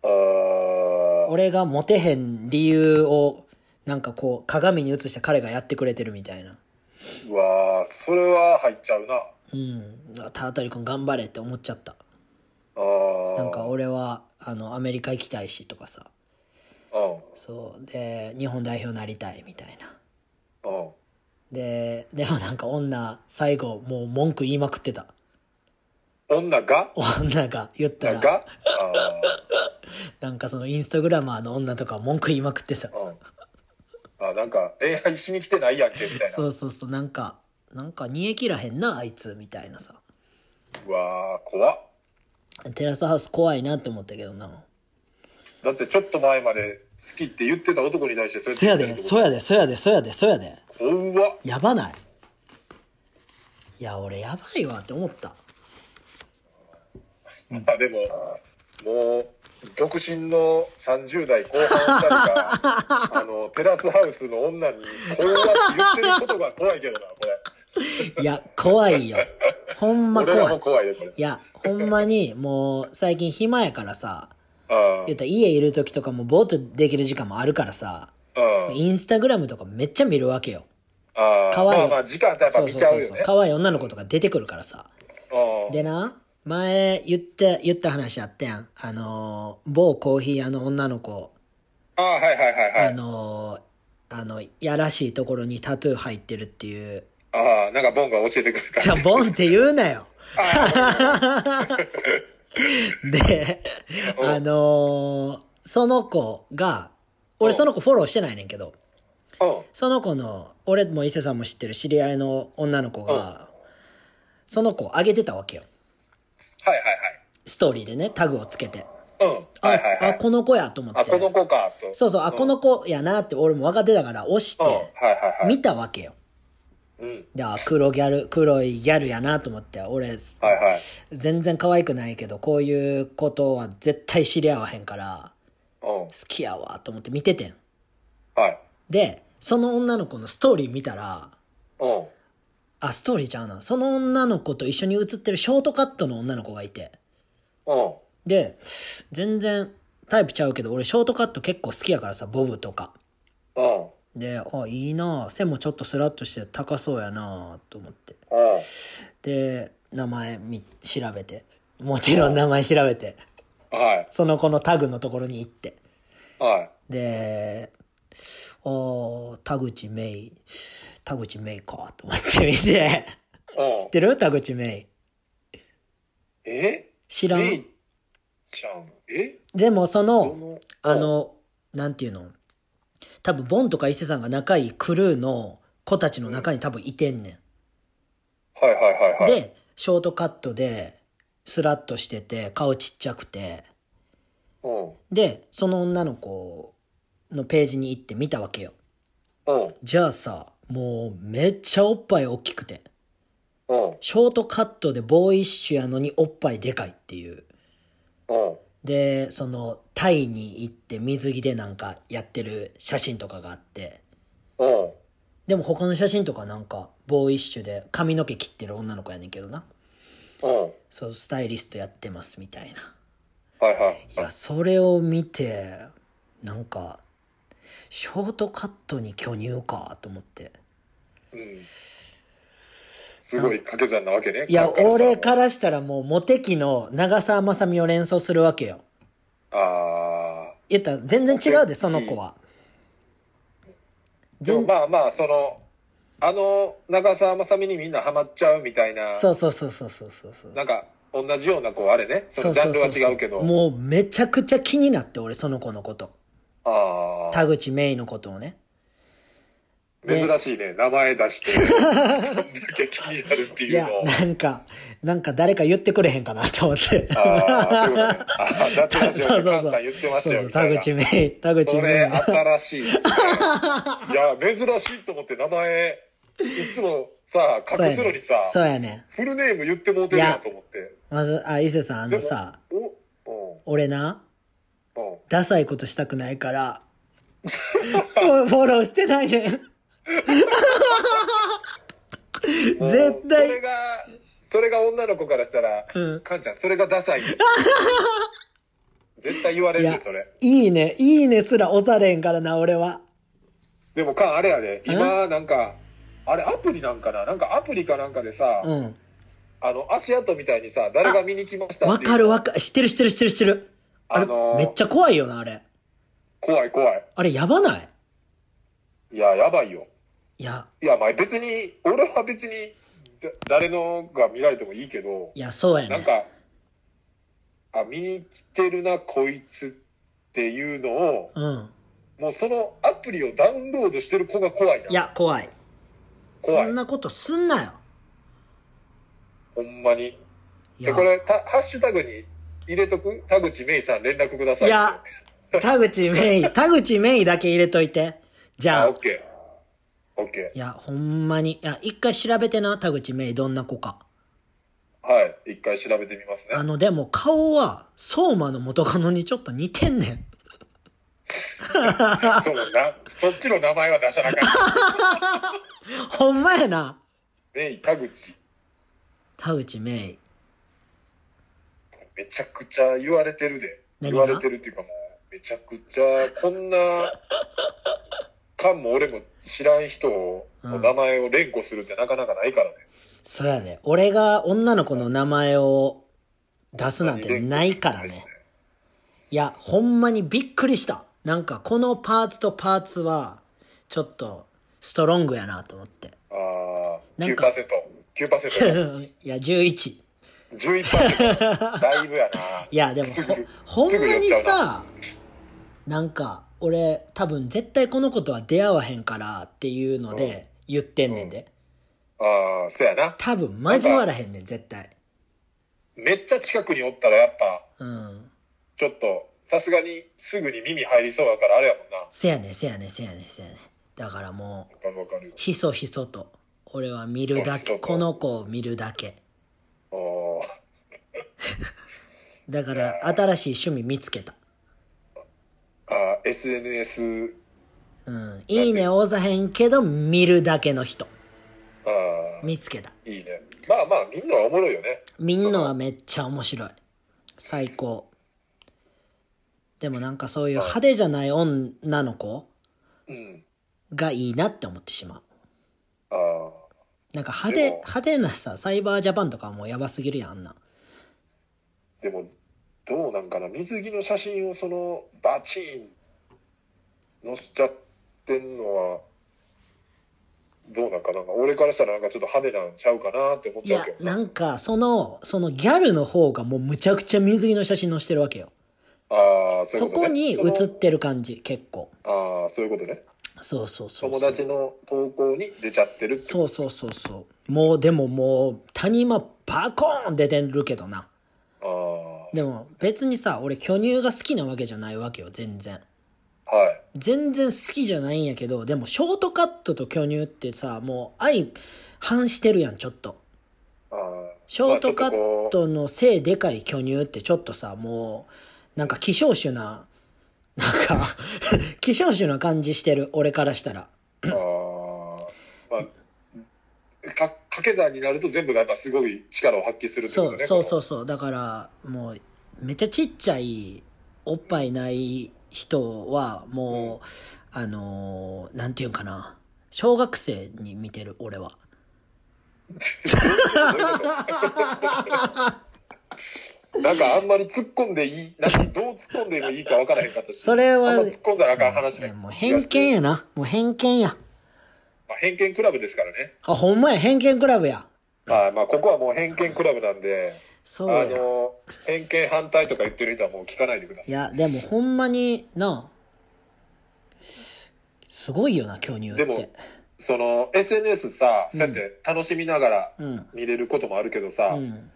S1: あー
S2: 俺がモテへん理由をなんかこう鏡に映して彼がやってくれてるみたいな
S1: うわーそれは入っちゃうな。
S2: うんタータリ君頑張れって思っちゃった
S1: あー
S2: なんか俺はあのアメリカ行きたいしとかさ
S1: う。
S2: そうで日本代表になりたいみたいなん
S1: うん。
S2: ででもなんか女最後もう文句言いまくってた
S1: 女が
S2: 女が言った
S1: が
S2: ら
S1: あ
S2: なんかそのインスタグラマーの女とか文句言いまくってさ
S1: ーうん。あ、なんか恋愛しに来てないやんけ、みたいな。
S2: そうそうそうなんかなんか煮え切らへんなあいつみたいなさ
S1: うわー怖っ。
S2: テラスハウス怖いなって思ったけどな
S1: だってちょっと前まで好きって言ってた男に対してそれ
S2: そやでそや
S1: で。
S2: でそやでそやでそやで
S1: 怖っ。
S2: やばないいや俺やばいわって思った
S1: まあでも、もう、独身の30代後半あたりが、 あの、テラスハウスの女に、こうやって言ってることが怖いけどな、これ。
S2: いや怖いよほんま
S1: 俺ら
S2: 怖
S1: も
S2: い
S1: 怖いで、これ
S2: い。やほんまにもう最近暇やからさ
S1: うん。
S2: 言ったら家いる時とかもぼーっとできる時間もあるからさ
S1: うん。
S2: インスタグラムとかめっちゃ見るわけよ
S1: ああ、
S2: 可愛い
S1: まあまあ、時間ってやっぱ
S2: そう
S1: 見
S2: そう
S1: ちゃ
S2: そう
S1: う
S2: そ
S1: よ
S2: う
S1: ね。
S2: 可愛い女の子とか出てくるからさ
S1: うん。
S2: でな前言って言った話あったやんあのー某コーヒー屋の女の子、
S1: ああ、はいはいはいは
S2: あ
S1: い。
S2: のーあのやらしいところにタトゥー入ってるっていう
S1: ああ、なんかボンが教えてくる
S2: 「い
S1: か
S2: やボン」って言うなよ
S1: ら。
S2: で
S1: うん
S2: あのーその子が俺
S1: うん
S2: その子フォローしてないねんけど
S1: うん。うん。
S2: その子の俺も伊勢さんも知ってる知り合いの女の子がその子をあげてたわけよ
S1: はい
S2: ストーリーでねタグをつけて。
S1: はいはい。うん。
S2: あ、
S1: はいはいは
S2: あ
S1: い。
S2: この子やと思って
S1: あ、この子か、と。
S2: そうそうあ、
S1: ん
S2: この子やなって俺も分かってたから押し
S1: うん。はい
S2: て
S1: はいはい。
S2: 見たわけよ、
S1: うん。
S2: であ黒ギャル黒いギャルやなと思って俺
S1: はいはい。
S2: 全然可愛くないけどこういうことは絶対知り合わへんから
S1: うん
S2: 好。きやわと思って見ててん
S1: はい。
S2: でその女の子のストーリー見たら
S1: うん。
S2: あストーリーちゃうなその女の子と一緒に写ってるショートカットの女の子がいて
S1: うん。
S2: で全然タイプちゃうけど俺ショートカット結構好きやからさボブとか
S1: うん。
S2: で、あ、いいなあ背もちょっとスラッとして高そうやなあと思って。
S1: うん。
S2: で、名前み調べて。もちろん名前調べて。
S1: はい。
S2: その子のタグのところに行って。
S1: はい。
S2: で、おー田口芽衣、田口芽衣か、と思って見て。知ってる田口芽衣。
S1: うんえ
S2: 知らん。
S1: メイちゃん。え
S2: でもそ
S1: ど
S2: の、
S1: の
S2: あ、の、なんていうの多分、ボンとか伊勢さんが仲いいクルーの子たちの中に多分いてんねん。
S1: はいはいはいはい。
S2: で、ショートカットで、スラッとしてて、顔ちっちゃくて、
S1: うん。
S2: で、その女の子のページに行って見たわけよ。
S1: うん。
S2: じゃあさ、もうめっちゃおっぱい大きくて、
S1: うん。
S2: ショートカットでボーイッシュやのにおっぱいでかいっていう。
S1: うん。
S2: で、その、タイに行って水着でなんかやってる写真とかがあって、
S1: うん。
S2: でも他の写真とかなんか、ボーイッシュで髪の毛切ってる女の子やねんけどな。
S1: うん。
S2: そう、スタイリストやってますみたいな。
S1: はいはい。
S2: いや、それを見て、なんか、ショートカットに巨乳かと思って。
S1: うん。すごい掛け算なわけね。
S2: いや、
S1: カンカンさんは
S2: 俺か。らしたらもうモテ期の長澤まさみを連想するわけよ。
S1: あ
S2: 言ったら全然違うで、その子は。
S1: ーでも
S2: 全
S1: まあまあ、その、あの、長澤まさみにみんなハマっちゃうみたいな、
S2: そうそうそうそうそうそうそう。
S1: なんか、同じような、こう、あれね。そのジャンルは違うけど。
S2: もうめちゃくちゃ気になって、俺その子のこと。
S1: ああ。
S2: 田口芽衣のことをね。ね
S1: 珍しいね。名前出して、 そんだけ気になるって
S2: い
S1: いう
S2: や
S1: の。、
S2: なんか、なんか誰か言ってくれへんかなと思って。
S1: ああ、そういうことね。あー夏ラジオ
S2: そう
S1: で
S2: そうそ
S1: 関
S2: う
S1: さん言ってまし
S2: そ
S1: た
S2: う
S1: よ。
S2: そう、
S1: みた
S2: 田
S1: いな
S2: 口芽衣、田口
S1: そ
S2: 芽
S1: れ
S2: 衣。
S1: 新しいっすねいや珍しいと思って名前いつもさ隠すのにさ、
S2: そうやねんそうや
S1: フル
S2: ね
S1: ネーム言ってもうてる
S2: い
S1: や
S2: や
S1: んと思って
S2: んまず、あ、伊勢さん、あのさ、
S1: おうん
S2: 俺な、
S1: うん
S2: ダサいことしたくないから、フォフォローしてないねん。
S1: もう
S2: 絶対
S1: それがそれが女の子からしたら「
S2: うん
S1: かんちゃんそれがダサい」絶対言われ
S2: い
S1: る
S2: や
S1: でそれ、
S2: いいね、いいねすら押されへんからな、俺は。
S1: でもかんあれやで今なんかあれアプリなんかななんかアプリかなんかでさ、
S2: うん。
S1: あの足跡みたいにさ誰が見に来ました
S2: わ
S1: っていう
S2: かるわかる。知ってる知ってる知ってる知ってる。あれ、
S1: あのー
S2: めっちゃ怖いよな、あれ。
S1: 怖い怖い
S2: あれ、やばない
S1: いややばいよ
S2: いや、
S1: いや、まあ別に、俺は別に、だ誰のが見られてもいいけど
S2: い、や、そうや
S1: なん
S2: ね。
S1: か、あ、見に来てるな、こいつっていうのを、
S2: うん。
S1: もうそのアプリをダウンロードしてる子が怖いな。
S2: いや、怖い。
S1: 怖い
S2: そんなことすんなよ。
S1: ほんまに。
S2: い
S1: で、
S2: や、
S1: これ、たハッシュタグに入れとく田口芽衣さん連絡くださ
S2: い
S1: い。
S2: や、田口メ イ、田口メイだけ入れといて。じゃ
S1: あ、
S2: あ
S1: オッ、ケー。オッケ
S2: いや、ほんまに。いや、一回調べてな、田口メイどんな子か。
S1: ー。はい。一回調べてみますね
S2: あ。の、でも顔は、相馬の元カノにちょっと似てんねん。
S1: そうな。そっちの名前は出さなかっ た。
S2: ほんまやな。
S1: メイ、田口。
S2: 田口メイ。
S1: めちゃくちゃ言われてるで
S2: 何
S1: 言わ
S2: が
S1: れてるっていうかもうめちゃくちゃこんなかんも俺も知らん人の名前を連呼するってなかなかないからね、
S2: そうやで。俺が女の子の名前を出すなんてないからね。いや、ほんまにびっくりした。なんか、このパーツとパーツは、ちょっと、ストロングやなと思って。
S1: ああ
S2: なん
S1: 9%
S2: か
S1: 9%11%
S2: いや、11。
S1: だいぶやない
S2: や、でも
S1: すぐ
S2: ほ、ほんまに
S1: すぐ寄っちゃ
S2: さ、なんか、俺、多分絶対この子とは出会わへんからっていうので言ってんねんで。
S1: ああそうやな
S2: 多分交わらへんねん、絶対。
S1: めっちゃ近くにおったらやっぱ
S2: うん。
S1: ちょっとさすがにすぐに耳入りそうやからあれやもんな
S2: せやねん、せやねん、せやねん、せやねん。だからもう、
S1: わかるわかる
S2: ひそひそと、俺は見るだ
S1: ひそひそ
S2: け、
S1: と
S2: この子を見るだけ。
S1: おー
S2: だから、新しい趣味見つけた。
S1: あー SNS
S2: うん。いいね、おざへんけど、見るだけの人。
S1: あー
S2: 見つけた。
S1: いいね。まあまあ、みんなはおもろいよね。
S2: みんなはめっちゃ面白い。最高。でもなんかそういう派手じゃない女の子
S1: うん。
S2: がいいなって思ってしまう。
S1: ああ。
S2: なんか派手、
S1: でも
S2: 派手なさ、サイバージャパンとかはもうやばすぎるやん、あんな。
S1: でも、どうなんかな水着の写真をそのバチン載せちゃってんのはどうなんかな俺からしたらなんかちょっと派手なんちゃうかなって思っ
S2: い
S1: ちゃ
S2: や
S1: うけ、どな
S2: なんか、その、そのギャルの方がもうむちゃくちゃ水着の写真載してるわけよ。
S1: ああそうい
S2: そう
S1: こと、ね、
S2: こに
S1: その
S2: 写ってる感じ、結構。
S1: ああそういうことね
S2: そうそうそうそう。
S1: 友達の投稿に出ちゃってるって
S2: そうそうそうそう。もう、でももう、谷間パコーン出てるけどな。
S1: ああ
S2: でも、別にさ、俺巨乳が好きなわけじゃないわけよ、全然。
S1: はい
S2: 全然好きじゃないんやけど、でも、ショートカットと巨乳ってさ、もう、相反してるやん、ちょっと。
S1: あー
S2: ショートカ
S1: まあちょ
S2: ッ
S1: っとこ
S2: トの背でかい巨乳ってちょっとさ、もう、なんか希少種な、なんか、 希少種な感じしてる、俺からしたら。
S1: うあーまあか掛け算になると全部がやっぱすごい力を発揮するってこ
S2: そ
S1: と
S2: う、
S1: ね
S2: そうそう
S1: う
S2: そう。だから、もう、めっちゃちっちゃい、おっぱいない人は、もう、あのー、なんていうんかな。小学生に見てる、俺は。
S1: なんかあんまり突っ込んでいいなんかどう突っ込んでもいいか分からへんかったし
S2: それは
S1: あんま突っ込んだらあかん話
S2: いや
S1: ね
S2: もう偏見やな。もう偏見や。
S1: まあ、偏見クラブですからね
S2: あ、ほんまや、偏見クラブや。
S1: はいまあここはもう偏見クラブなんであ
S2: そうや。
S1: の偏見反対とか言ってる人はもう聞かないでくだ
S2: い
S1: さい
S2: や、でもほんまにな、すごいよな、巨乳っ
S1: でも
S2: て。
S1: その SNS さそうやって楽しみながら
S2: うん。
S1: 見れることもあるけどさ、
S2: うん。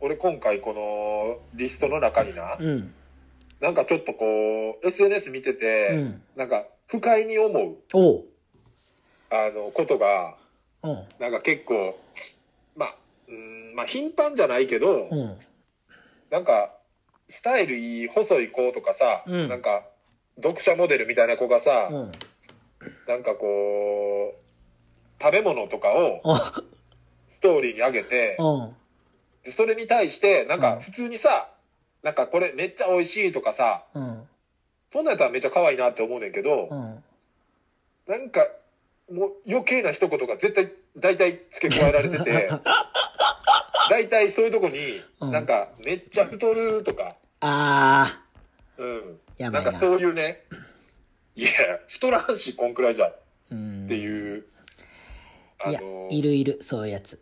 S1: 俺今回このリストの中にな、
S2: うん。
S1: なんかちょっとこう SNS 見てて、
S2: うん
S1: なんか不快に思う
S2: おう。
S1: あのことが
S2: うん。
S1: なんか結構まあうーんまあ頻繁じゃないけど、
S2: うん。
S1: なんかスタイルいい細い子とかさ、
S2: うん
S1: なんか読者モデルみたいな子がさ、
S2: うん。
S1: なんかこう食べ物とかを
S2: あ、
S1: ストーリーに上げて、
S2: うん。
S1: でそれに対してなん
S2: うん
S1: か普通にさ、なんかこれめっちゃ美味しいとかさ
S2: うん。
S1: そんなんやったらめっちゃ可愛いなって思うねんけど、
S2: うん。
S1: なんかもう余計な一言が絶対大体付け加えられて て 大体そういうとこに、
S2: うん
S1: なんかめっちゃ太るとか、
S2: あ
S1: うん、
S2: ー、やば
S1: ないんか
S2: な。
S1: そういうねいや太らんしこんくらいじゃっ
S2: うん。
S1: ていう、あ
S2: い
S1: の
S2: や、いるいる、そういうやつ。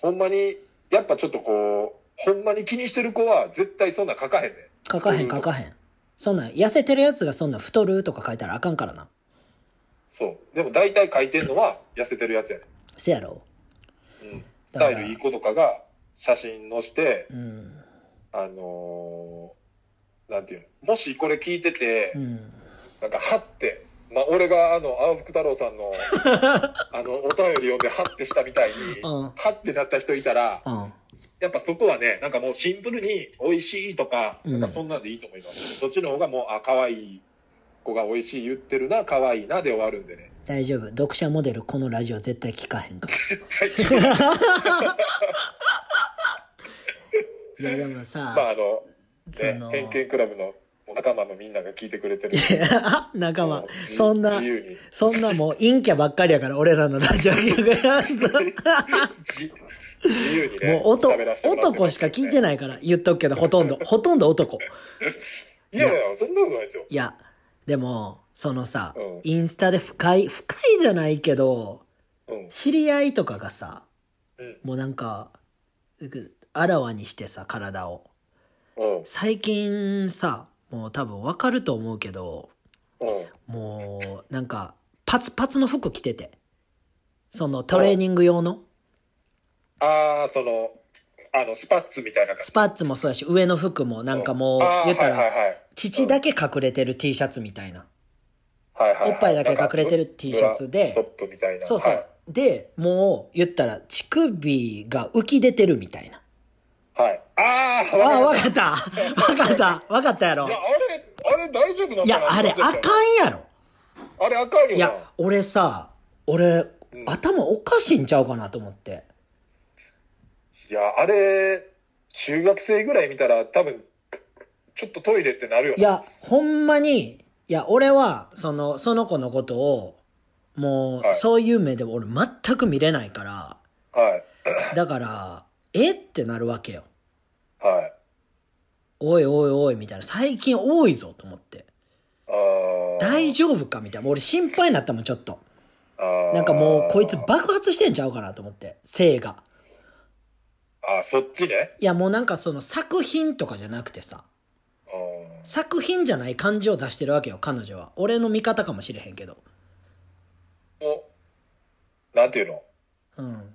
S1: ほんまにやっぱちょっとこうほんまに気にしてる子は絶対そんなん書かへんね
S2: 書かへん、
S1: 太
S2: 書
S1: ると
S2: かへん。そんなん、痩せてるやつがそんなん太るとか書いたらあかんからな。
S1: そうでも大体書いてんのは痩せてるやつやね
S2: せやろ。
S1: ん、うん、スタイルいい子とかが写真載して
S2: うん。
S1: あのーなんていうのもしこれ聞いてて、
S2: うん。
S1: なんか、はって、まあ、俺が、あの、青福太郎さん の、あの、お便り読んで、はってしたみたいに、
S2: う
S1: は
S2: ん。
S1: ってなった人いたら、
S2: うん。
S1: やっぱそこはね、なんかもうシンプルに、美味しいとか、
S2: うん
S1: なんかそんなんでいいと思います。そっちの方がもう、あ、可愛い子が美味しい言ってるな、可愛いな、で終わるんで ね。
S2: 大丈夫。読者モデル、このラジオ絶対聞かへんから。
S1: 絶対聞いてない
S2: い や、でもさ、
S1: まあ、あの、
S2: そ
S1: ね
S2: の、、
S1: 偏見クラブの仲間のみんなが聞いてくれてる。
S2: 仲間
S1: もう、自
S2: そんな、
S1: 自由 に。
S2: そんなもう陰キャばっかりやから、俺らのラジオ聞くや つ。
S1: じ自由にね。
S2: もう男
S1: 喋らせてもらってます
S2: 男しか聞いてないから言っとくけど、ほとんど、ほとんど男。
S1: いやいや、そんなことないですよ。
S2: いや、でも、そのさ
S1: うん、
S2: インスタで深い、深いじゃないけど、
S1: うん。
S2: 知り合いとかがさ、
S1: うん。
S2: もうなんか、ぐあらわにしてさ、体を。
S1: うん。
S2: 最近さ、もう多分わかると思うけど、
S1: うん。
S2: もう、なんか、パツパツの服着てて。そのトレーニング用の。
S1: ああ、その、あの、スパッツみたいな感
S2: ス
S1: じ。
S2: パッツもそうだし、上の服もなんかもう
S1: あ、ー
S2: 言った
S1: はい
S2: ら、
S1: はいはい
S2: 父だけ隠れてる T シャツみたいな。
S1: はいはいはい
S2: おっぱいだけ隠れて
S1: な
S2: る
S1: んか
S2: T シャツで
S1: ブラトップみたいな。
S2: そうそ。
S1: はいう
S2: で、もう、言ったら、乳首が浮き出てるみたいな。
S1: はい。ああ、
S2: ああ、
S1: わ
S2: わ
S1: か
S2: かったわかったわかったやろ
S1: る。いや、あれ、あれ大丈夫なの
S2: いや、あれ、あかんやろ
S1: ん。あれ、あかんよな。
S2: いや、俺さ、俺
S1: う、ん
S2: 頭おかしいんちゃうかなと思って。
S1: いや、あれ、中学生ぐらい見たら多分、ちょっとトイレってなるよ
S2: い
S1: な。
S2: や、ほんまに、いや、俺は、その、その子のことを、もう、
S1: はい
S2: そういう目で俺全く見れないから、
S1: はい。
S2: だから、えってなるわけよ。
S1: はい。
S2: おいおいおいみたいな、最近多いぞと思って。
S1: あー
S2: 大丈夫かみたいな。俺心配になったもん、ちょっと。
S1: あー
S2: なんかもう、こいつ爆発してんちゃうかなと思って、性が。
S1: あーそっちね
S2: いや、もうなんかその作品とかじゃなくてさ、
S1: あー
S2: 作品じゃない感じを出してるわけよ、彼女は。俺の味方かもしれへんけど。
S1: もうなんていうの、
S2: うん。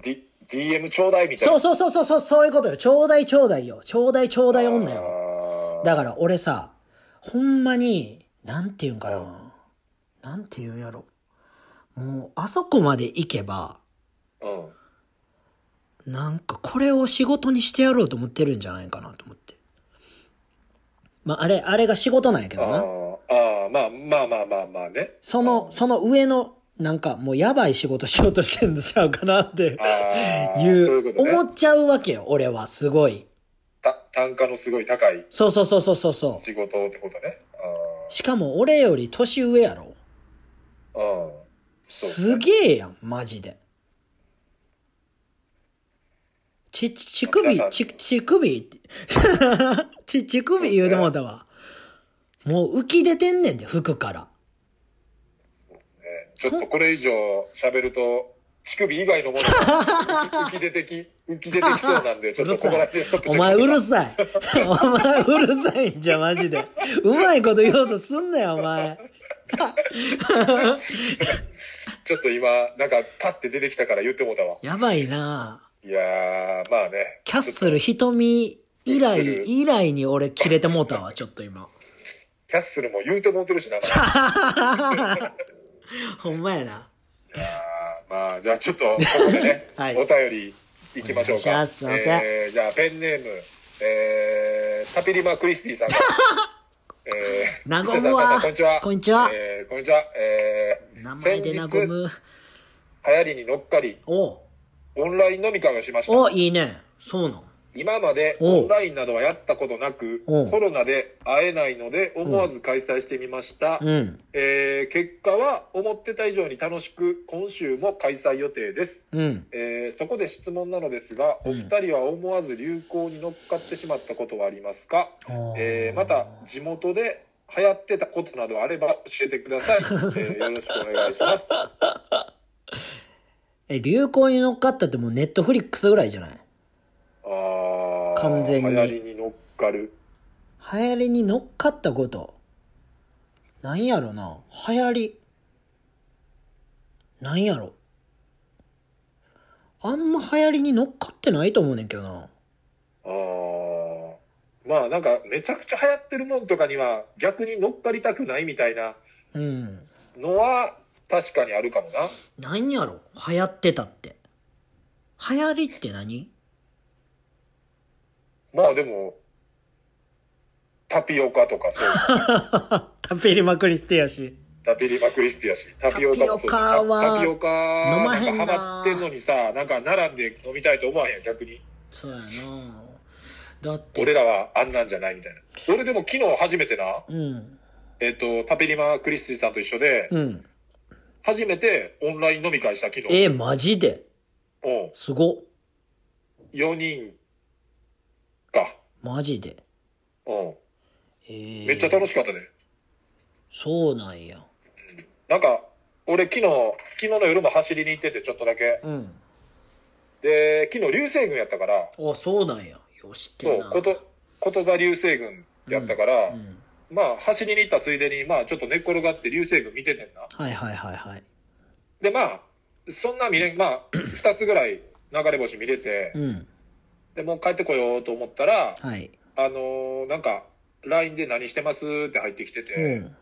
S1: D、DM ちょうだいみたい
S2: そ
S1: な
S2: うそうそうそうそう、そういうことよ。ちょうだいちょうだいよ。ちょうだいちょうだい女よ。
S1: よ
S2: だから俺さ、ほんまに、なんて言うんか
S1: うん
S2: な。なんて言うんやろ。もう、あそこまで行けば、
S1: うん
S2: なんかこれを仕事にしてやろうと思ってるんじゃないかなと思って。まあ、あれ、あれが仕事なんやけどな。
S1: あーあーまあまあまあまあまあね
S2: その、その上の、なんかもうやばい仕事しようとしてんちゃうかなって
S1: ああ
S2: い
S1: ーそういう
S2: う、
S1: ことね
S2: 思っちゃうわけよ、俺は、すごい。
S1: た単価のすごい高い
S2: そうそうそうそうそうそう。
S1: 仕事ってことね
S2: しかも俺より年上やろ。
S1: あーうんそう
S2: すげえやん、マジで。ち、ち、乳首
S1: 皆さ、ん
S2: ち、乳首 ってち、乳首言うてもうたわ。もう浮き出てんねんで、服から。
S1: ねちょっとこれ以上喋ると乳首以外のものが 浮き出てき浮き出てきそうなんでちょっとここら辺でストップし
S2: お
S1: てくだ
S2: 前
S1: さいう
S2: るさい。お前うるさいんじゃ、マジで。うまいこと言おうとすんなよ、お前。
S1: ちょっと今なんかパッて出てきたから言ってもうたわ
S2: やばいなぁ
S1: いやーまあね
S2: キャッスル瞳以来
S1: キャッスル、
S2: 以来に俺切れてもうたわ、ちょっと今。
S1: キャッスルも言うてもうてるしない
S2: ほんまやな。
S1: やーまあじゃあちょっ とここでね、
S2: はい
S1: お便りいきましょう
S2: お
S1: か
S2: 願いしますすいません
S1: えーじゃあペンネームえー、タピリマクリスティさん がえー
S2: なご
S1: 伊勢さ
S2: む
S1: ん
S2: わ
S1: 母さんこんにちは
S2: こんにちは
S1: えーこんにちはえー
S2: 名前でなごむ。
S1: 流行りに乗っかり
S2: おう
S1: オンライン飲み会をしました
S2: おいいねそうなん
S1: 今まで
S2: おう
S1: オンラインなどはやったことなく
S2: おう
S1: コロナで会えないので思わず開催してみました、
S2: うん
S1: えー結果は思ってた以上に楽しく今週も開催予定です、
S2: うん
S1: えーそこで質問なのですが
S2: うん
S1: お二人は思わず流行に乗っかってしまったことはありますか、えーまた地元で流行ってたことなどあれば教えてくだ さい、えーよろしくお願いします
S2: え流行に乗っかったってもうネットフリックスぐらいじゃない
S1: あー
S2: 完全に
S1: 流行りに乗っかる
S2: 流行りに乗っかったことなんやろな流行りなんやろあんま流行りに乗っかってないと思うねんけどな
S1: あーまあなんかめちゃくちゃ流行ってるもんとかには逆に乗っかりたくないみたいな
S2: うん
S1: のは確かにあるかもな
S2: なんやろ流行ってたって流行りって何
S1: まあでもタピオカとかそう
S2: 食べりまくりしてやし
S1: タピリマクリスティやしタピオカもそう
S2: タピオカは
S1: タタピオカ
S2: 飲まへん
S1: な
S2: な
S1: んかハマってんのにさなんか並んで飲みたいと思わへん逆に
S2: そうやなだって
S1: 俺らはあんなんじゃないみたいな俺でも昨日初めてな、
S2: うん
S1: えっとタピリマクリスティさんと一緒で
S2: うん
S1: 初めてオンライン飲み会した昨日
S2: えマジで
S1: うん
S2: すごっ
S1: 4人か
S2: マジで
S1: うん
S2: えー
S1: めっちゃ楽しかったね。
S2: そうなんや
S1: なんか、俺昨日、昨日の夜も走りに行ってて、ちょっとだけ。
S2: うん
S1: で、昨日流星群やったから、
S2: あそうなんやよしって
S1: そ
S2: る
S1: う
S2: な、
S1: こと、こと座流星群やったから、
S2: うん、
S1: まあ、走りに行ったついでに、まあ、ちょっと寝っ転がって流星群見ててんな。
S2: はいはいはいはい
S1: で、まあ、そんな見れん、 まあ、2つぐらい流れ星見れて、
S2: うん
S1: で、もう帰ってこようと思ったら、
S2: はい
S1: あのーなんか、LINE で何してますって入ってきて
S2: う
S1: て、
S2: ん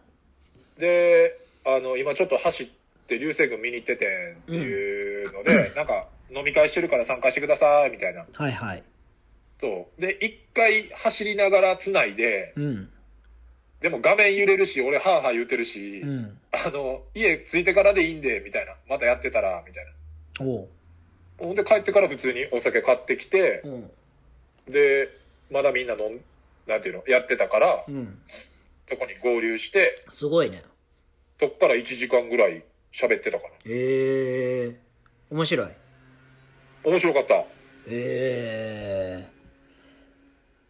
S1: で、あの、今ちょっと走って流星群見に行っててんっていうので、なんか、飲み会してるから参加してください、みたいな。
S2: はいはい
S1: そう。で、一回走りながら繋いで、
S2: うん
S1: でも画面揺れるし、俺ハーハー言うてるし、
S2: うん
S1: あの、家着いてからでいいんで、みたいな。またやってたら、みたいな。
S2: おう
S1: ほんで帰ってから普通にお酒買ってきて、
S2: うん
S1: で、まだみんな飲ん、なんていうの、やってたから、
S2: うん
S1: そこに合流して、
S2: すごいね
S1: そっから1時間ぐらい喋ってたかな。
S2: ええー、面白い
S1: 面白かった。
S2: ええ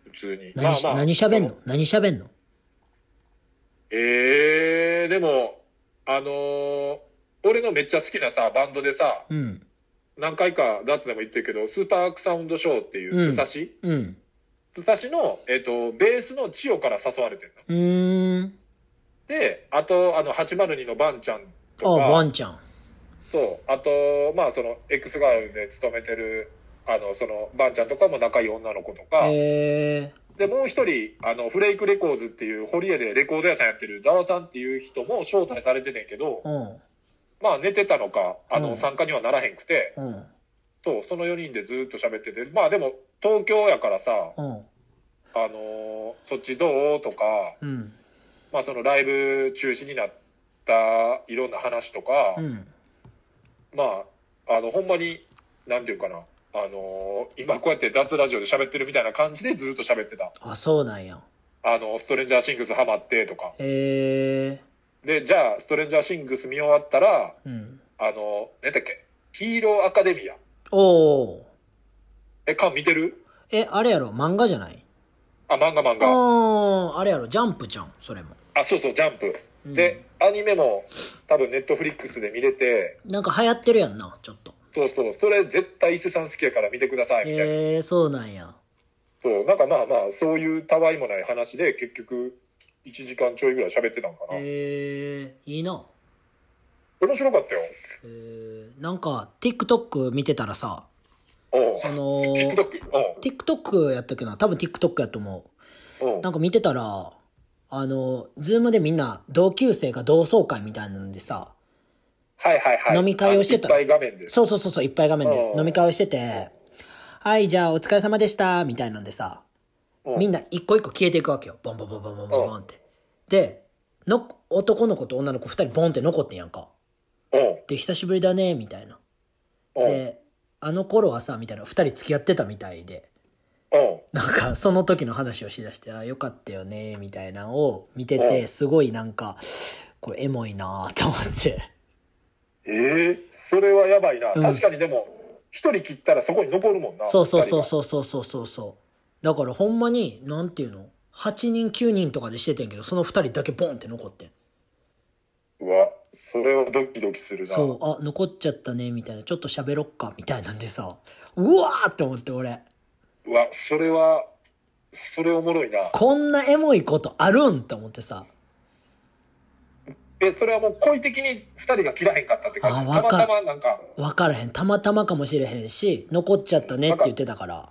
S1: 普通に。
S2: 何し、何喋んの何喋んの
S1: ええー、でも、あのー俺のめっちゃ好きなさ、バンドでさ、
S2: うん。
S1: 何回かダーツでも言ってるけど、スーパーアークサウンドショーっていうう、
S2: ん
S1: すさし、
S2: うん。
S1: すさしの、えっ、と、ベースの千代から誘われてるの。
S2: うーん。
S1: で、あと、あの、802のバンちゃん
S2: あ、
S1: と
S2: ワ
S1: か、
S2: ンちゃん。
S1: と、あと、まあ、その、X ガールで勤めてる、あの、その、バンちゃんとかも仲いい女の子とか、
S2: え
S1: で、もう一人、あの、フレイクレコーズっていう、堀江でレコード屋さんやってる、ダワさんっていう人も招待されててんけど
S2: ー、、うん。
S1: まあ、寝てたのか、あ
S2: う
S1: の、
S2: ん
S1: 参加にはならへんくて、
S2: うん。
S1: そう、その4人でずっと喋ってて、まあでも、東京やからさ、
S2: う
S1: あ
S2: ん。
S1: のーそっちどうとか、
S2: うん。
S1: まあそのライブ中止になったいろんな話とか、
S2: うん。
S1: まあ、あの、ほんまに、なんていうかな、あのー今こうやって脱ラジオで喋ってるみたいな感じでずっと喋ってた。
S2: あ、そうなんや。
S1: あの、ストレンジャーシングスハマってとか。
S2: え
S1: で、じゃあ、ストレンジャーシングス見終わったら、
S2: ー。うん。
S1: あのー、何だっけ、ヒーローアカデミア。
S2: おお。
S1: え、カン見てる
S2: え、あれやろ漫画じゃない
S1: あ、漫画漫
S2: あ
S1: 画。
S2: ー、あれやろジャンプじゃん。それも。
S1: あ、そうそう、ジャンプ。
S2: うん
S1: で、アニメも多分ネットフリックスで見れて、
S2: なんか流行ってるやんな、ちょっと。
S1: そうそう、それ絶対伊勢さん好きやから見てくださいみたいな。
S2: えー、そうなんや。
S1: そう、なんかまあまあ、そういうたわいもない話で結局、1時間ちょいぐらい喋ってたのかな。
S2: えー、いいな。
S1: 面白かったよ。
S2: えー、なんか、TikTok 見てたらさ、
S1: おう
S2: その、
S1: TikTok。おう
S2: TikTok やったっけな多分 TikTok やと思う。
S1: おう
S2: なんか見てたら、あの、ズームでみんな同級生が同窓会みたいなんでさ、
S1: はいはいはい。
S2: 飲み会をしてた
S1: あのいっぱい画面で。
S2: そうそうそうそう、いっぱい画面で
S1: うん
S2: 飲み会をしてて、はい、じゃあお疲れ様でした、みたいなんでさ、
S1: うん
S2: みんな一個一個消えていくわけよ。ボンボンボンボンボンボンボンって。で、の、男の子と女の子二人ボンって残ってんやんか。
S1: おう
S2: で、久しぶりだね、みたいな。
S1: おう
S2: で、あの頃はさ、みたいな、二人付き合ってたみたいで、
S1: おう
S2: なんかその時の話をしだして、あ、よかったよね、みたいなのを見て
S1: う
S2: て、
S1: ん
S2: すごいなんか、これエモいなと思って。
S1: ええそれはやばいな。
S2: うん
S1: 確かにでも、一人切ったらそこに残るもんな。
S2: そうそうそう
S1: う。
S2: そうそうそうそうそう。だからほんまに、なんていうの ?8 人9人とかでしててんけど、その2人だけボンって残ってん。
S1: うわ、それはドキドキするな。
S2: そう、あ、残っちゃったね、みたいな。ちょっと喋ろっか、みたいなんでさ、うわーって思って俺、
S1: うわ、それは、それおもろいな。
S2: こんなエモいことあるんって思ってさ、
S1: え、それはもう故意的に二人が切らへんかったって感じ。
S2: あわ
S1: たま
S2: かる
S1: たまなんか、
S2: 分からへん。たまたまかもしれへんし、残っちゃったねって言ってたから。
S1: あ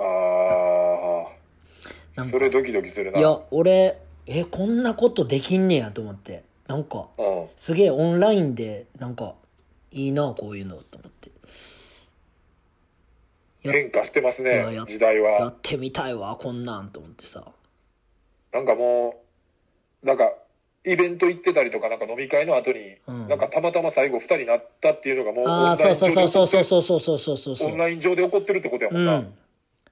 S1: あ、
S2: なんか
S1: それドキドキするな。
S2: いや、俺、え、こんなことできんねやと思って。なんか、
S1: うん。
S2: すげえオンラインで、なんか、いいな、こういうの、と思って。や
S1: 変化してます
S2: いや
S1: ね
S2: や、
S1: 時代
S2: や
S1: は
S2: っ。てみたいわ、こんなん、と思ってさ。
S1: なんかもう、なんか、イベント行ってたりとか、なんか飲み会の後に、
S2: うん
S1: なんかたまたま最後二人になったっていうのがもう
S2: ああ、そうそうそうそうそううそうそうそうそうそうそ
S1: オン
S2: う。
S1: ライン上で起こってるってことやも
S2: うん
S1: な。
S2: ん。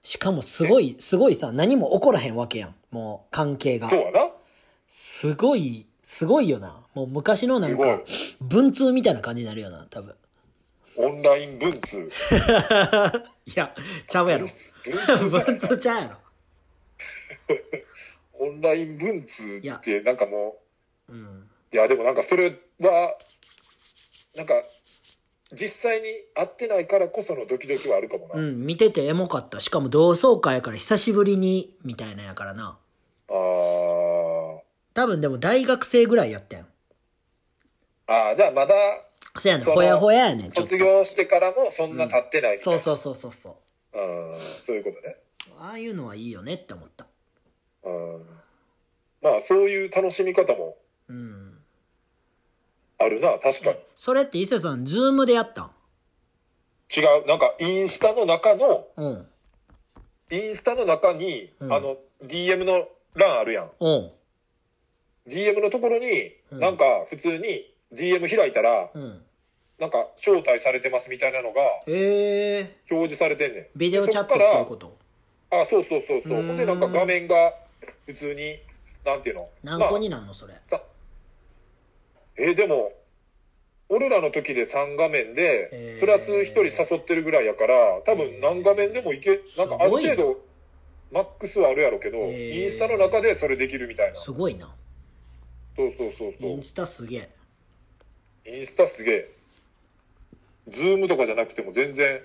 S2: しかも、すごい、すごいさ、何も起こらへんわけやん。もう、関係が
S1: そ。うやな。
S2: すごい、すごいよな。もう、昔のなんか、文通みたいな感じになるよな、多分。
S1: オンライン文通。
S2: いや、ちゃうやろ
S1: 文。通じゃない
S2: 文通ちゃうやろ。
S1: オンライン文通
S2: いや
S1: って、なんかも
S2: うん。
S1: う、いや、でもなんかそれは、なんか、実際に会ってないからこそのドキドキはあるかもな。
S2: うん、見ててエモかった。しかも同窓会やから久しぶりに、みたいなんやからな。
S1: あー
S2: 多分でも大学生ぐらいやってん。
S1: あー、じゃあまだ
S2: そやねん、
S1: その
S2: ほやほややねん、ちょっと
S1: 卒。業してからもそんな経ってないみたい
S2: そう
S1: な。
S2: そうそうそうそう。
S1: うんそういうことね。
S2: ああいうのはいいよねって思った。
S1: うんまあそういう楽しみ方も
S2: うん。
S1: あるな、確かに。
S2: それって伊勢さん、ズームでやったん
S1: 違う、なんかインスタの中の、
S2: うん。
S1: インスタの中に、
S2: うん
S1: あの、DM の欄あるやん。
S2: うん。
S1: DM のところに、
S2: うん
S1: なんか普通に DM 開いたら、
S2: うん。
S1: なんか招待されてますみたいなのが
S2: ええー。
S1: 表示されてんねん。
S2: ビデオチャットっ
S1: でそ
S2: ていう
S1: っ
S2: こ
S1: か
S2: と
S1: ら、あ、そうそうそうそうう。
S2: ーん
S1: ほんでなんか画面が普通に、なんていうの
S2: 何
S1: まあ
S2: 個になんのそれ。
S1: さえーでも俺らの時で3画面で、
S2: えー
S1: プラス1人誘ってるぐらいやから多分何画面でもいけなんかある
S2: すご
S1: 程
S2: いな
S1: 度マックスはあるやろけど、
S2: えー
S1: インスタの中でそれできるみたいな。
S2: す
S1: そう
S2: ごいな。
S1: そうそうそ
S2: イ
S1: う
S2: ン。スタすげえ。
S1: インスタすげえ。ズームとかじゃなくても全然。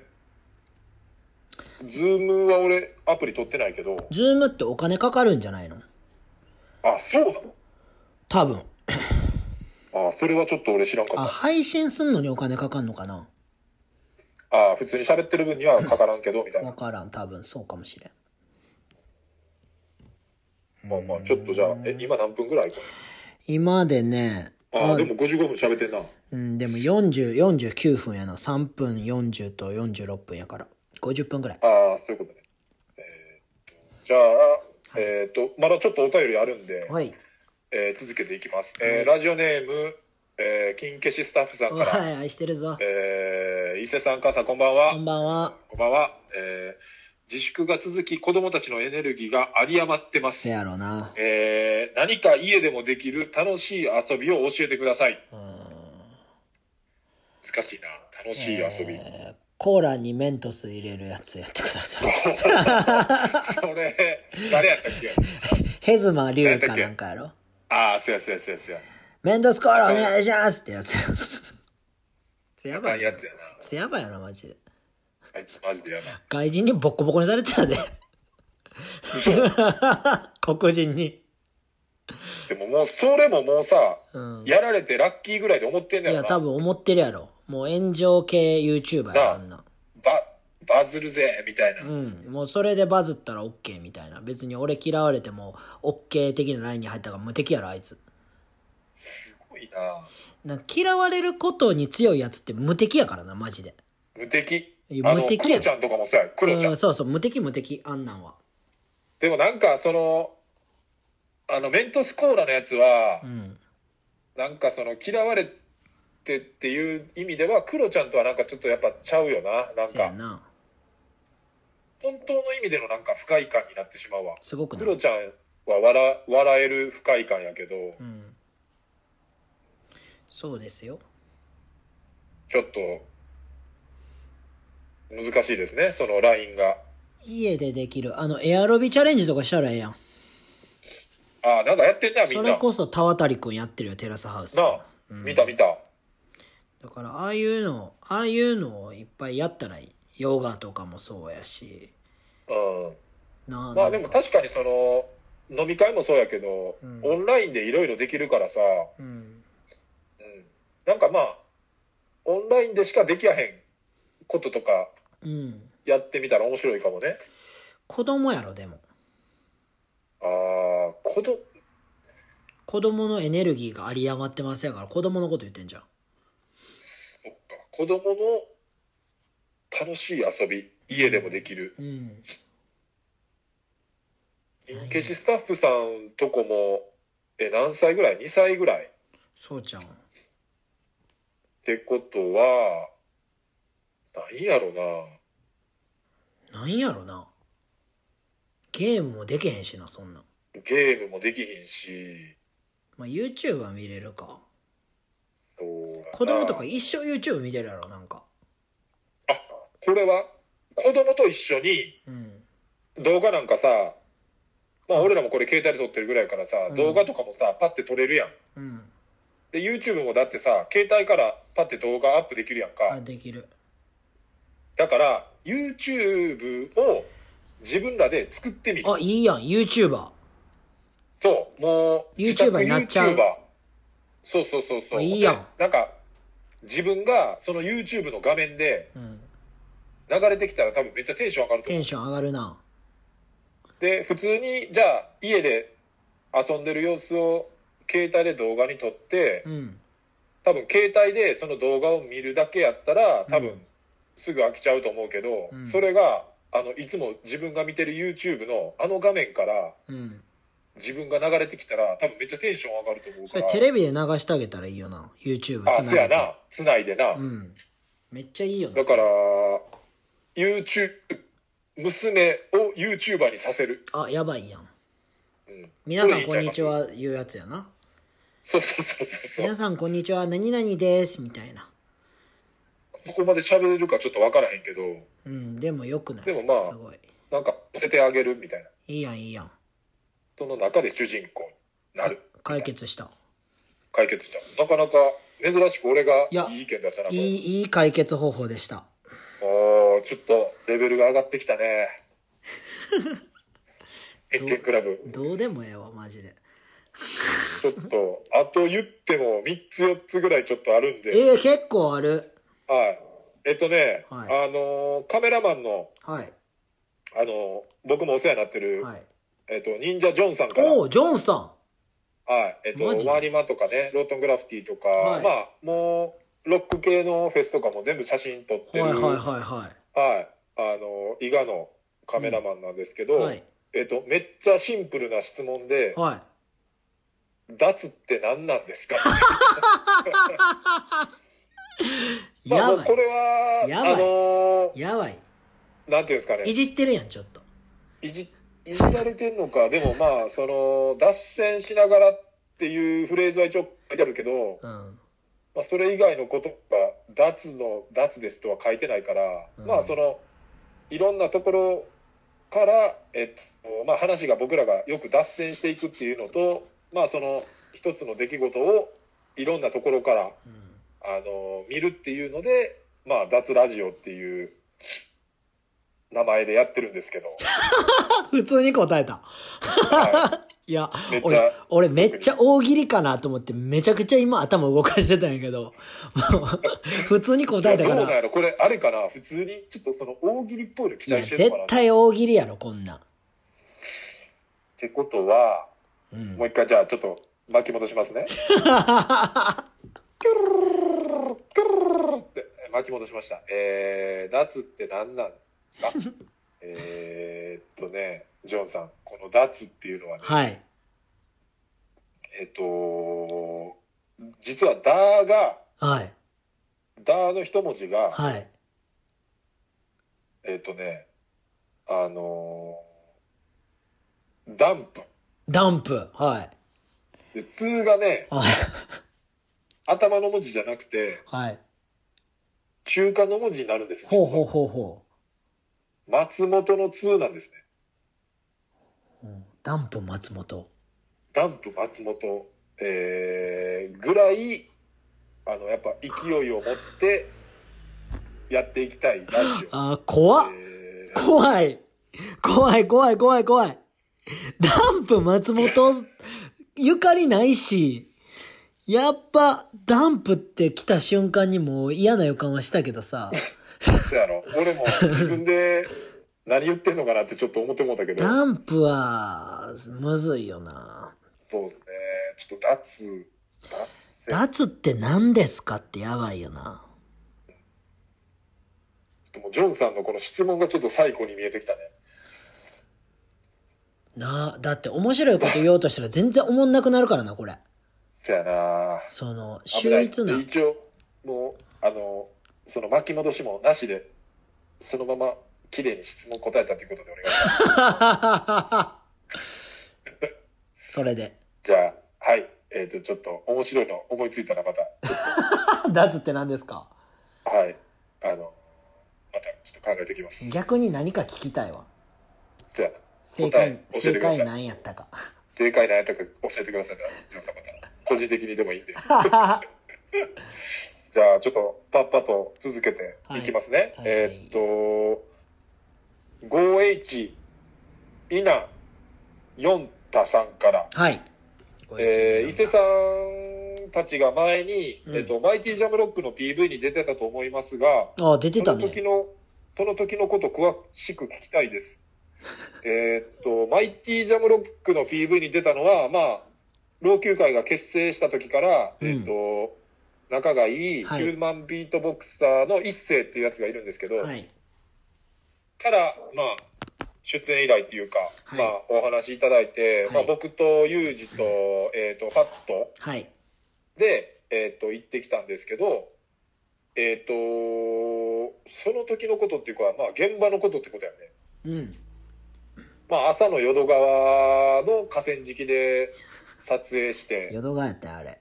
S1: ズームは俺、アプリ取ってないけど。
S2: ズームってお金かかるんじゃないの
S1: あ、そうな
S2: 多分。
S1: のあ、それはちょっと俺知らん
S2: あ、
S1: かっ
S2: 配信すんのにお金かかんのかな
S1: た。あ、普通に喋ってる分にはかからんけど、みたい
S2: わ
S1: な。
S2: からん。多分そうかもしれん。
S1: まあまあ、ちょっとじゃあ、え、今何分ぐらい
S2: 今でね、
S1: ああ、でも55分喋ってんな。
S2: うん、でも40、49分やな。3分40と46分やから。50分ぐらい。
S1: ああ、そういうことね。えーっとじゃあ、えーっと、まだちょっとお便りあるんで、
S2: はい。
S1: えー続けていきます。えーラジオネーム、えー、金消しスタッフさん
S2: お
S1: から、
S2: い、愛してるぞ。
S1: えー伊勢さん、母さん、こんばんは。
S2: こんばんは。
S1: こんばんは。えー自粛が続き、子供たちのエネルギーが有り余ってま
S2: せ
S1: す。
S2: やろな。
S1: えー何か家でもできる楽しい遊びを教えてください。難しいな。楽しい遊び。
S2: えーコーラにメントス入れるやつやってください。
S1: それ、誰やったっけ
S2: ヘズマ龍かなんかやろ。
S1: ああ、そうやそうやそうやそうや。
S2: メントスコーラお願いしますってやつ。つや
S1: あか
S2: ば
S1: ん
S2: い
S1: や
S2: な。
S1: つやな。
S2: つやばいよな、マジで。
S1: あいつマジでやな。
S2: 外人にボッコボコにされてたで。 黒人に。
S1: でももうそれももうさ、
S2: うん。
S1: やられてラッキーぐらいで思ってん
S2: い
S1: ねや
S2: や、
S1: ろな
S2: 多分思ってるやろ。もう炎上系 YouTuber や
S1: なあ
S2: ろあんな。
S1: ババズるぜみたいな、
S2: うん。もうそれでバズったら OK みたいな。別に俺嫌われても OK 的なラインに入ったから無敵やろ、あいつ。
S1: すごいな
S2: なんか嫌われることに強いやつって無敵やからな、マジで。
S1: 無敵
S2: いや
S1: あの
S2: 無敵
S1: ク
S2: や
S1: ロちゃんとかもさクロちゃん、
S2: うん、そうそう、無敵無敵、あんなんは。
S1: でもなんかそのあのメントスコーラのやつは、
S2: うん。
S1: なんかその嫌われてっていう意味ではクロちゃんとはなんかちょっとやっぱちゃうよななん
S2: せや
S1: か
S2: な。
S1: 本当の意味でのなんか不快感になってしまうわ
S2: すごくな
S1: クロちゃんは笑笑える不快感やけど、
S2: うん。そうですよ。
S1: ちょっと難しいですねそのラインが。
S2: 家でできる、あの、エアロビチャレンジとかしたらええやん。
S1: ああ、なんかやってんな、み
S2: そ
S1: んな。
S2: れ
S1: な
S2: こそ田渡くんやってるよ、テラスハウス。
S1: あ、見た見た。
S2: だから、ああいうの、ああいうのをいっぱいやったらいい。ヨガとかもそうやし。
S1: うん。
S2: な
S1: ま
S2: な
S1: あ
S2: ん
S1: で
S2: か
S1: も確かにその、飲み会もそうやけど、
S2: うん
S1: オンラインでいろいろできるからさ、
S2: うん。
S1: うん。なんかまあ、オンラインでしかできやへんこととか
S2: うん。
S1: やってみたら面白いかもね。
S2: 子供やろ、でも。
S1: ああ、子供、
S2: 子供のエネルギーが有り余ってますやから、子供のこと言ってんじゃん。
S1: そっか、子供の楽しい遊び、家でもできる。
S2: うん。
S1: 消しスタッフさんとこも、え、何歳ぐらい ?2 歳ぐらい
S2: そうちゃん。
S1: ってことは、なんやろな。
S2: なんやろな。ゲームもできへんしな、そんなん。
S1: ゲームもできひんし、
S2: まあ、YouTube は見れるか。
S1: そうやな
S2: 子供とか一生 YouTube 見てるやろ、なんか。
S1: あ、これは子供と一緒に
S2: うん。
S1: 動画なんかさ、まあ俺らもこれ携帯で撮ってるぐらいからさ、
S2: うん
S1: 動画とかもさ、パッて撮れるやん。
S2: うん。
S1: で、YouTube もだってさ、携帯からパッて動画アップできるやん
S2: あ、
S1: か。
S2: できる。
S1: だから、YouTube を自分らで作ってみる。
S2: あ、いいやん、YouTuber。
S1: そう、もう、自宅
S2: YouTuber になっちゃう
S1: YouTuber そうそうそうそう。
S2: あいいやん
S1: でなんか、自分がその YouTube の画面で
S2: うん。
S1: 流れてきたら多分めっちゃテンション上がると思う
S2: テンション上がるな。
S1: で普通にじゃあ家で遊んでる様子を携帯で動画に撮って
S2: うん。
S1: 多分携帯でその動画を見るだけやったら多
S2: う
S1: 分
S2: ん
S1: すぐ飽きちゃうと思うけど、
S2: うん
S1: それがあのいつも自分が見てる YouTube のあの画面から
S2: うん。
S1: 自分が流れてきたら多分めっちゃテンション上がると思う
S2: そ
S1: か
S2: れ
S1: ら
S2: テレビで流してあげたらいいよな。YouTube
S1: あ
S2: つ
S1: そう
S2: な
S1: や
S2: げて。
S1: なつないでな、
S2: うん。めっちゃいいよな。
S1: だから YouTube 娘を YouTuber にさせる、
S2: あ、やばいやん。
S1: うん、
S2: 皆さんこんにちは、言うやつやな。
S1: そうそうそうそうそう
S2: 皆さんこんにちは、何々です、みたいな。
S1: そこまで喋れるかちょっと分からへんけど
S2: うん、でもよくない。
S1: でもまあ
S2: すごい。
S1: なんか乗せてあげるみたいな。
S2: いいやん、いいやん。
S1: その中で主人公になる。
S2: 解決した。
S1: 解決した。なかなか珍しく俺が
S2: いや
S1: いい意見出したな。こ
S2: い
S1: れ
S2: い、いい解決方法でした。
S1: おーちょっとレベルが上がってきた ね。偏見クラブ。
S2: どうでもええわ、マジで。
S1: ちょっと、あと言っても3つ4つぐらいちょっとあるんで。
S2: ええ結構ある。
S1: はい。えっとね、
S2: はい
S1: あのーカメラマンの、
S2: はい。
S1: あのー僕もお世話になってる、
S2: はい。
S1: えっと、忍者ジョンさんから、は
S2: おお、ジョンさん。
S1: い。えっと、
S2: マジで
S1: ワーリマとかね、ロートングラフィティとか、
S2: はい
S1: まあ、もう、ロック系のフェスとかも全部写真撮ってる、
S2: はい
S1: はい、
S2: はいはいは
S1: あのー伊賀のカメラマンなんですけ
S2: い。
S1: ど、
S2: はい。
S1: えっと、めっちゃシンプルな質問で、
S2: はい。
S1: 脱って何なんですかまあ
S2: や
S1: もう
S2: ば
S1: こ
S2: い。
S1: れは、
S2: やばい
S1: あのー
S2: やばい。
S1: なんていうんですかね
S2: い、じってるやん、ちょっと。
S1: いじ、いじられてんのか、でもまあ、その、脱線しながらっていうフレーズは一応書いてあるけど、
S2: うん。
S1: まあ、それ以外のことが、脱の、脱ですとは書いてないから、
S2: うん
S1: まあ、その、いろんなところから、えっと、まあ、話が僕らがよく脱線していくっていうのと、まあ、その、一つの出来事を、いろんなところから、
S2: うん
S1: あの、見るっていうので、まあ、脱ラジオっていう、名前でやってるんですけど、
S2: 普通に答えた。
S1: はい
S2: や
S1: めっ、 ちゃ
S2: 俺、俺めっちゃ大喜利かなと思って、めちゃくちゃ今頭動かしてたんやけど、もう 普通に答え
S1: い
S2: た
S1: やど
S2: か
S1: うなん
S2: ら。い
S1: やろこれあれかな普通にちょっとその大喜利っぽいの期
S2: や、
S1: 待してる
S2: 絶
S1: のかなっ
S2: 対大喜利やろ、こんなん。
S1: てことは
S2: うん
S1: も。う一回じゃあちょっと巻き戻しますねトゥルルルルルって巻き戻しましたえー、脱って何なんですかえーっとねジョンさんこの脱っていうのはね
S2: はい。
S1: えっと実は「だ」が
S2: はい。
S1: 「だ」の一文字が、
S2: はい。
S1: えっとねあのーダンプ
S2: ダンプ。はい。
S1: で「通」がね
S2: はい。
S1: 頭の文字じゃなくて
S2: はい。
S1: 中間の文字になるんです
S2: ほう
S1: よ
S2: ほうほうほ
S1: 松本の通なんですね
S2: う。うんダンプ松本。
S1: ダンプ松本、えー、ぐらいあのやっぱ勢いを持ってやっていきたいラジ
S2: あー、怖っ
S1: オ、えー
S2: 怖い。怖い、怖い、怖い、怖い。ダンプ松本、ゆかりないし、やっぱ、ダンプって来た瞬間にもう嫌な予感はしたけ どさ、
S1: そうやろ俺も自分で何言ってんのかなってちょっと思ってもうたけど
S2: ダンプは、むずいよな。
S1: そうですねちょっと脱脱線ちょっ
S2: 脱って何ですかってやばいよな。
S1: ともうジョンさんのこの質問がちょっと最高に見えてきたね
S2: なあ、だって面白いこと言おうとしたら全然思んなくなるからな、これ。
S1: そやな
S2: その、
S1: 危
S2: 秀
S1: ない
S2: 逸な。
S1: で一応もうあのその巻き戻しもなしでそのまま綺麗に質問答えたということでお願いします
S2: それで。
S1: じゃあはいえっ、とちょっと面白いの思いついたらまた
S2: 脱って何ですか
S1: はいあのまたちょっと考えておきます
S2: 逆に何か聞きたいわ。
S1: じゃあ
S2: 正
S1: 答
S2: 解
S1: え、教え
S2: 正
S1: てくだ
S2: 解
S1: さい
S2: 何やったか。
S1: 正解何やったか教えてくださいじゃあジョンさんまた個人的にでもいいんで じゃあちょっとパッパと続けていきますね、
S2: はい
S1: えーっと 5H イナ4多3から
S2: はい。
S1: えー伊勢さんたちが前に、
S2: うん
S1: えっと、マイティジャムロックの PV に出てたと思いますが、
S2: ん。あ、出てた
S1: その時
S2: ね。
S1: の、その時のこと詳しく聞きたい です。えーっと、マイティジャムロックの PV に出たのは、まあ、老朽会が結成した時から、
S2: うん
S1: えーっと、仲がいいヒ
S2: はい
S1: ューマンビートボクサーの一世っていうやつがいるんですけど、
S2: はい。
S1: から、まあ、出演依頼っていうか、
S2: はい
S1: まあ、お話いただいて、ま
S2: は
S1: あ、
S2: い
S1: 僕とユージと、えーっと、パット
S2: はい。
S1: で、えっと行ってきたんですけど、えっとその時のことっていうか、まあ、現場のことってことやね、
S2: うん。
S1: まあ、朝の淀川の河川敷で撮影して、
S2: 淀川やったよあれ。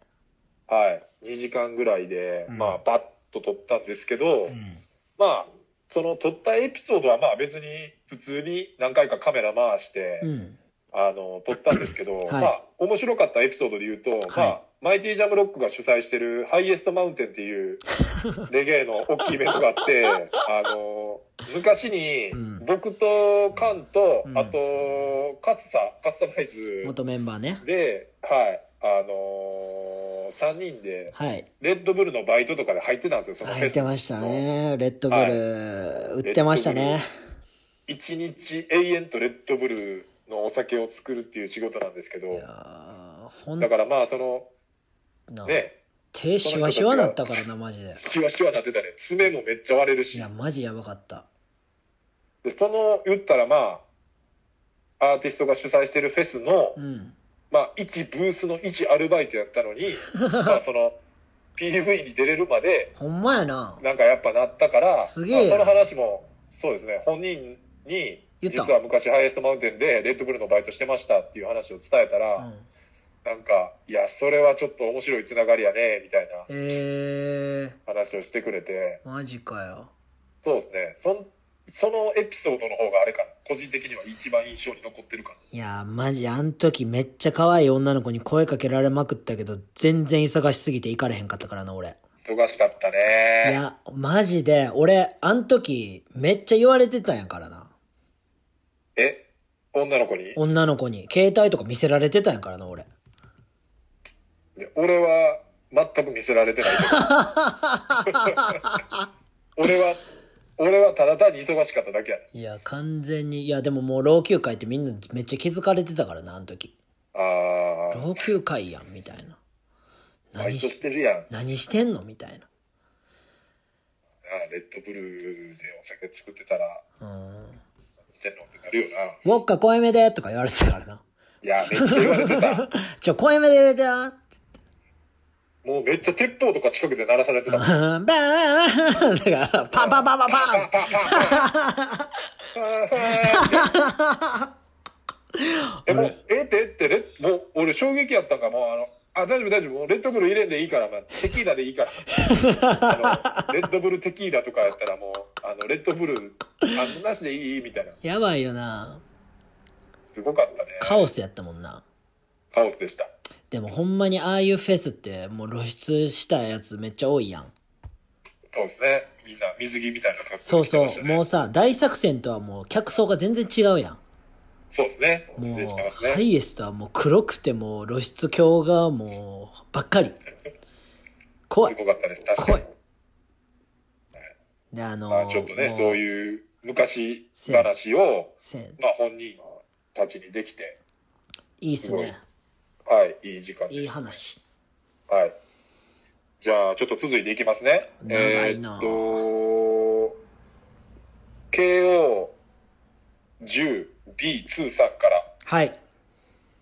S1: はい、2時間ぐらいで、
S2: うん
S1: まあ、バッと撮ったんですけど、
S2: うん。
S1: まあその撮ったエピソードはまあ別に普通に何回かカメラ回して、
S2: うん。
S1: あの撮ったんですけど、
S2: い
S1: まあ面白かったエピソードで言うと、まあマイティジャムロックが主催してるハイエストマウンテンっていう レゲエの大きいイベントがあって、あの昔に
S2: うん
S1: 僕とカンと、
S2: うん
S1: あとカツサカツサマイズ
S2: 元メンバーね。
S1: で、はい、あのー、3人で
S2: はい。
S1: レッドブルのバイトとかで入ってたんですよ、そのフ
S2: 入
S1: ェ
S2: っ
S1: ス
S2: てましたね。レッドブル、
S1: はい
S2: 売ってましたね。
S1: 一日永遠とレッドブルのお酒を作るっていう仕事なんですけど
S2: いやーほん
S1: だからまあその
S2: な、
S1: ね
S2: 手シワシワだったからな、マジで。
S1: シワシワなってたね爪もめっちゃ割れる
S2: い
S1: し
S2: や、マジやばかった。
S1: でその言ったらまあアーティストが主催してるフェスの、
S2: うん。
S1: まあ、一ブースの一アルバイトやったの にまあその PV に出れるまで
S2: ほんまやな。
S1: なんかやっぱなったから
S2: すげえ
S1: まあその話もそうですね本人に
S2: 言った
S1: 実は昔ハイエストマウンテンでレッドブルのバイトしてましたっていう話を伝えたら、
S2: うん、
S1: なんか「いやそれはちょっと面白いつながりやね」みたいな
S2: え
S1: 話をしてくれて
S2: ー、マジかよ。
S1: そうですねそんそのエピソードの方があれかな個人的には一番印象に残ってるか
S2: いやー、マジ、あん時めっちゃ可愛い女の子に声かけられまくったけど、全然忙しすぎて行かれへんかったからな、俺。
S1: な忙しかった
S2: い
S1: ね
S2: や、マジで、俺、あん時めっちゃ言われてたんやからな。
S1: え女の子に
S2: 女の子に。携帯とか見せられてたんやからな、俺。
S1: で俺は全く見せられてないけど 俺は俺はただ単に忙しかっただけやね
S2: いや、完全に。いや、でももう老朽化ってみんなめっちゃ気づかれてたからな、あの時。
S1: あ
S2: 老朽化やん、みたいな。
S1: あバイト
S2: 何し
S1: し、てるやんあ
S2: 何してんのみたいな。
S1: ーレッドブルでお酒作ってたら
S2: うん。
S1: してんのってなるよな
S2: ウォッカ濃いめでとか言われてたからな。
S1: いやめっちゃ言われてた
S2: ちょ、濃いめで入れてや
S1: もうめっちゃ鉄砲とか近くで鳴らされてたもん
S2: バーンバーンだから、パンパンパンパ
S1: パンパ
S2: ンパ
S1: ンパンパンでもう、 えってえってレッ、もう俺衝撃やったんか、もうあの、あ、大丈夫大丈夫、もうレッドブル入れんでいいから、まあ、テキーラでいいから。あの、レッドブルテキーラとかやったらもう、あの、レッドブル、あの、なしでいいみたいな。
S2: ンやばいよな。
S1: すごかったね。
S2: カオスやったもんな。
S1: カオスでした。
S2: でもほんまにああいうフェスってもう露出したやつめっちゃ多いやん。
S1: そうですね。みんな水着みたいな格好で
S2: そう
S1: 来て
S2: そ
S1: ました
S2: う。
S1: ね
S2: もうさ、大作戦とはもう客層が全然違うやん。
S1: そうですね。
S2: も
S1: 全然違います
S2: う、
S1: ね。
S2: ハイエストはもう黒くてもう露出狂がもう、ばっかり。怖
S1: す
S2: い。
S1: ごかったです。確か
S2: 怖
S1: に
S2: い。。で、あの
S1: まあ、ちょっとね、そう
S2: う。
S1: いう昔話を、
S2: せん
S1: まあ、本人たちにできて、
S2: いいっすね。
S1: はい、いい時間です。
S2: いい話。
S1: はい。じゃあ、ちょっと続いていきますね。
S2: 長いな
S1: えーっと、KO10B2 さんから。
S2: はい。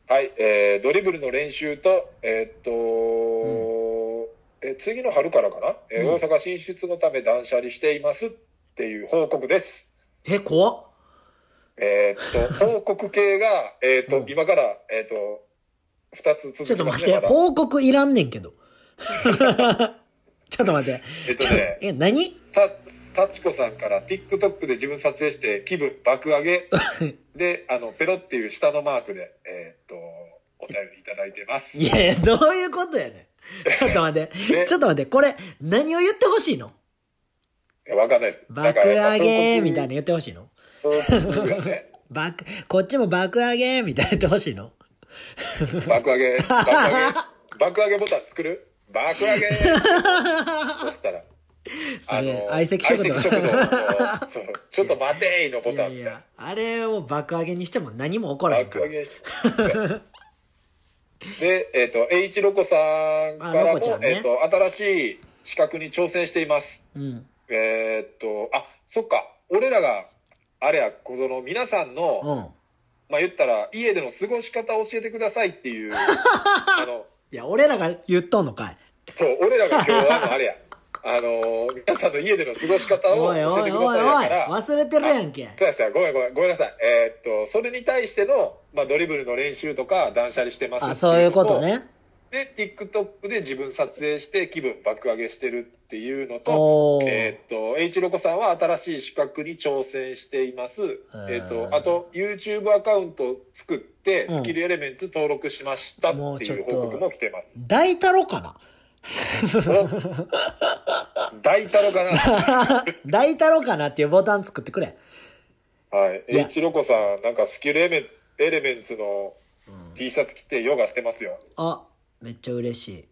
S1: はい、えードリブルの練習と、えーっと、え次の春からかな、えー
S2: うん
S1: 大阪進出のため断捨離していますっていう報告です。
S2: え、怖っ。
S1: えー っと、報告系が、えーっと、
S2: うん
S1: 今から、えーっと、2つ
S2: ちょっ
S1: 続
S2: と
S1: きま
S2: 待
S1: すね、
S2: っ
S1: ま
S2: て、
S1: だ。
S2: 報告いらんねんけど。 ちょっと待って。
S1: えーっとね、
S2: え、何
S1: さ、さちこさんから TikTok で自分撮影して気分爆上 げで、あの、ペロっていう下のマークで、えーっと、お便りいただいてます。
S2: いやいや、どういうことやねん。ちょっと待って。
S1: ね
S2: ちょっと待って。これ、何を言ってほしいの
S1: いやわかんないです。
S2: 爆上げみた
S1: な
S2: いな言ってほしいの
S1: 報告がね。
S2: 爆、こっちも爆上げみたいな言ってほしいの
S1: 爆上げ、爆上げ、 爆上げボタン作る爆上げそ したら、
S2: それ、相席食
S1: 相
S2: 堂。
S1: 席堂 の、そうちょっと待てーのボ
S2: い
S1: タ
S2: や
S1: ンみ
S2: い
S1: たいな
S2: や、あれを爆上げにしても何も起こらへんか
S1: 爆
S2: ら
S1: 上。げしで、えっ、と、H ロコさんか
S2: あ
S1: ら
S2: ロ
S1: も、
S2: コちゃんね
S1: えっ、と、新しい資格に挑戦しています。
S2: うん。
S1: えっ、と、あ、そっか、俺らが、あれや、この皆さんの、
S2: うん。
S1: まあ言ったら、家での過ごし方を教えてくださいって いう、あの、
S2: いや、俺らが言っとんのかい。
S1: そう、俺らが今日はあの、あれや、あのー皆さんの家での過ごし方を
S2: おいおい
S1: 教え
S2: お
S1: て
S2: い
S1: ください
S2: おい
S1: やから、
S2: 忘れてるやんけ。
S1: そうですよ、ごめんごめん、ごめんなさい。えーっと、それに対しての、まあ、ドリブルの練習とか、断捨離してますって
S2: あ、そういう
S1: の
S2: ことね。
S1: で、TikTok で自分撮影して気分爆上げしてるっていうの
S2: お
S1: と、
S2: ー
S1: えーっ、と、H ロコさんは新しい資格に挑戦しています。えーっ、と、あと、YouTube アカウント作って、
S2: うん
S1: スキルエレメンツ登録しましたって
S2: もうちょ
S1: い
S2: っ
S1: う
S2: と
S1: 報告も来てます。
S2: 大太郎かな
S1: 大太郎か
S2: 大太郎かなっていうボタン作ってくれ。
S1: なはい。
S2: いや
S1: H ロコさん、なんかスキルエレメンツ、エレメンツの T シャツ着てヨガしてますよ。
S2: あ、めっちゃ嬉し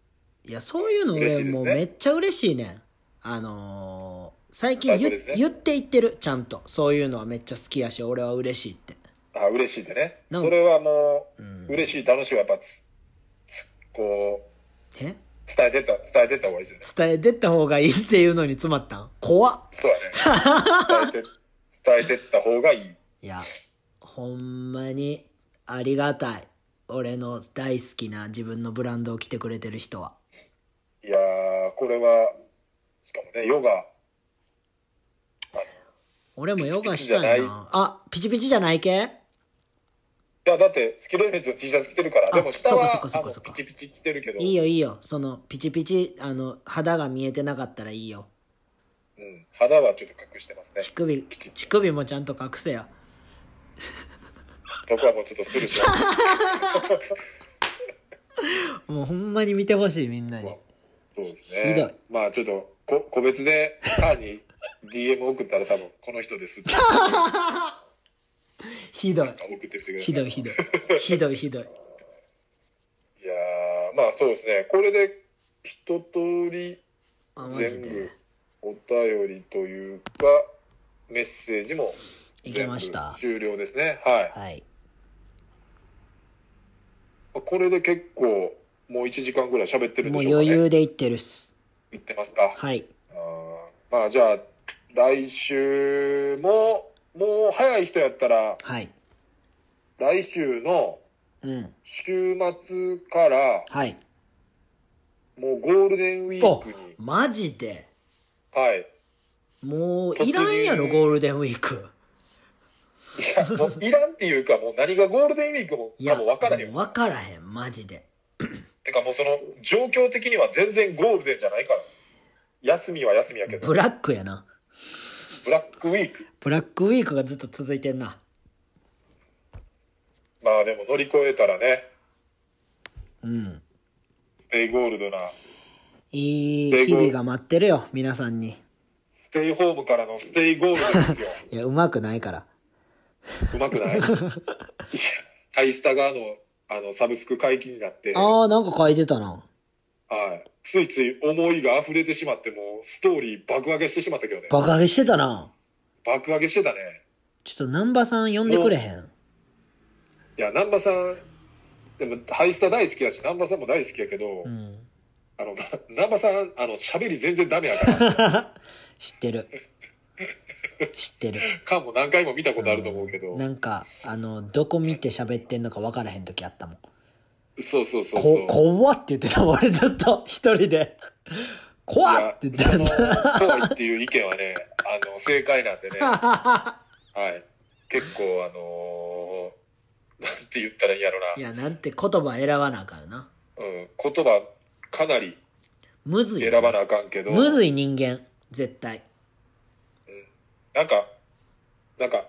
S2: い。いや、そういうの
S1: 嬉し
S2: 俺
S1: いです
S2: も
S1: ね
S2: うめっちゃ嬉しいねん。あのー最近
S1: 最高
S2: 言,、
S1: ですね
S2: 言って言ってる、ちゃんと。そういうのはめっちゃ好きやし、俺は嬉しいって。
S1: あ、嬉しいでね。
S2: なん
S1: それはも
S2: う
S1: う、
S2: ん。
S1: 嬉しい、楽しいはやっぱつ、つ、こう、
S2: え
S1: 伝えてった、伝えてった方がいいですよね。
S2: 伝えてった方がいいっていうのに詰まったん怖っ。
S1: そうだね。伝えて、伝えてった方がいい。
S2: いや、ほんまにありがたい。俺の大好きな自分のブランドを着てくれてる人は。
S1: いやー、これは、しかもね、ヨガ、
S2: 俺もヨガ
S1: ピチ
S2: し
S1: ピチじゃ
S2: た
S1: ないい
S2: な。あ、ピチピチじゃない系
S1: いや、だって、スキルエレメンツの T シャツ着てるから、
S2: あ
S1: でも下は、
S2: そっかそ
S1: あ
S2: っか
S1: の、
S2: そっか
S1: ピチピチ着てるけど、
S2: いいよいいよ。その、ピチピチ、あの、肌が見えてなかったらいいよ。
S1: うん、肌はちょっと隠してますね。
S2: 乳首、
S1: チ
S2: 乳首もちゃんと隠せよ。
S1: そこはもうちょっとスルーし ます。
S2: もうほんまに見てほしい、みんなに。
S1: そうです
S2: ひどい
S1: ね。まあ、ちょっと、こ個別で、カーに DM 送ったら多分、この人ですって、
S2: ひどい。
S1: 送ってみてください。
S2: ひどいひどい。ひどいひどい。
S1: いやー、まあそうですね。これで、一通り、
S2: あ、マジ
S1: 全
S2: で
S1: 部。お便りというかメッセージも
S2: いけました。
S1: 全部終了ですねは
S2: はい。
S1: いこれで結構もう1時間ぐらい喋ってるん
S2: も
S1: で
S2: う
S1: しょうか、
S2: 余
S1: ね、
S2: 裕でいってるっす。
S1: 言ってますか
S2: はい。
S1: あーまあじゃあ来週ももう早い人やったら
S2: はい。
S1: 来週の
S2: うん。
S1: 週末から
S2: はい。
S1: もうゴールデンウィークに
S2: おマジで
S1: はい
S2: もういらんやろ
S1: 突入
S2: ゴールデンウィーク
S1: いやもういらんっていうかもう何がゴールデンウィークも
S2: い
S1: か
S2: や
S1: も分からへん
S2: もう分からへんマジで
S1: てかもうその状況的には全然ゴールデンじゃないから休みは休みやけど
S2: ブラックやな
S1: ブラックウィーク
S2: ブラックウィークがずっと続いてんな
S1: まあでも乗り越えたらね
S2: うん
S1: ステイゴールドない
S2: い
S1: で
S2: 日々が待ってるよ皆さんに
S1: ステイホームからのステイゴールド ですよ
S2: いやうまくないから
S1: うまくないいやハイスタ側のあのサブスク解禁になって、は、
S2: あーなんか書いてたない
S1: ついつい思いが溢れてしまってもうストーリー爆上げしてしまったけどね
S2: 爆上げしてたな
S1: 爆上げしてたね
S2: ちょっと難波さん呼んでくれへん
S1: いや南波さんでもハイスタ大好きやし南波さんも大好きやけど、
S2: うん
S1: あの南波さんあの喋り全然ダメや から
S2: 知ってる知ってる
S1: かも何回も見たことあると思うけど、
S2: なんかあのどこ見て喋ってんのか分からへん時あったもん
S1: そうそうそうそ
S2: こ
S1: う、
S2: 怖って言ってたもん俺ずっと一人で。
S1: い
S2: 怖っ
S1: や
S2: って言
S1: その
S2: って
S1: 怖いっていう意見はねあの正解なんでね、は
S2: た。
S1: い、結構あのーなんて言ったらいいんやろ
S2: い
S1: な、
S2: や、なんて言葉選ばなあかんよな。
S1: うん、言葉かなり
S2: むずい
S1: 選
S2: よ。
S1: ばなあかんけど
S2: むずい人間、絶対。
S1: なんかなんか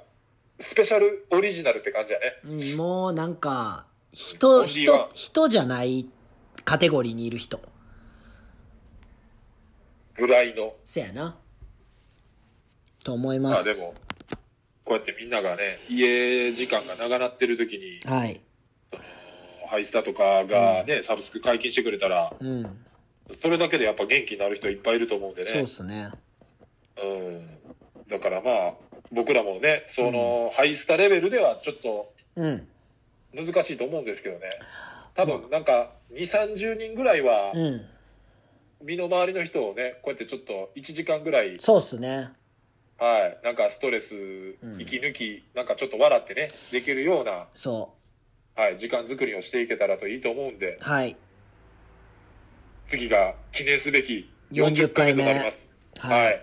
S1: スペシャルオリジナルって感じやね
S2: うんもうなんか、
S1: オ
S2: 人、
S1: ンリーワン
S2: 人、人じゃないカテゴリーにいる人。
S1: ぐらいの
S2: せやな。と思いま。
S1: ますあでもこうやってみんながね家時間が長なってる時に
S2: はい。
S1: ハイスタとかがね、サブスク解禁してくれたら
S2: うん。
S1: それだけでやっぱ元気になる人いっぱいいると思うんでね
S2: そうっすね。
S1: うん、だからまあ僕らもねその、ハイスタレベルではちょっと
S2: うん。
S1: 難しいと思うんですけどね多分なんか2三3 0人ぐらいは
S2: うん。
S1: 身の回りの人をねこうやってちょっと1時間ぐらい、
S2: そうっすね。
S1: はい、なんかストレス
S2: ん
S1: 息抜き、なんかちょっと笑ってねできるような、
S2: そ
S1: はい、時間作りをしていけたらといいと思うんで
S2: う。はい。
S1: 次が記念すべき40回目となります。
S2: はい。
S1: はい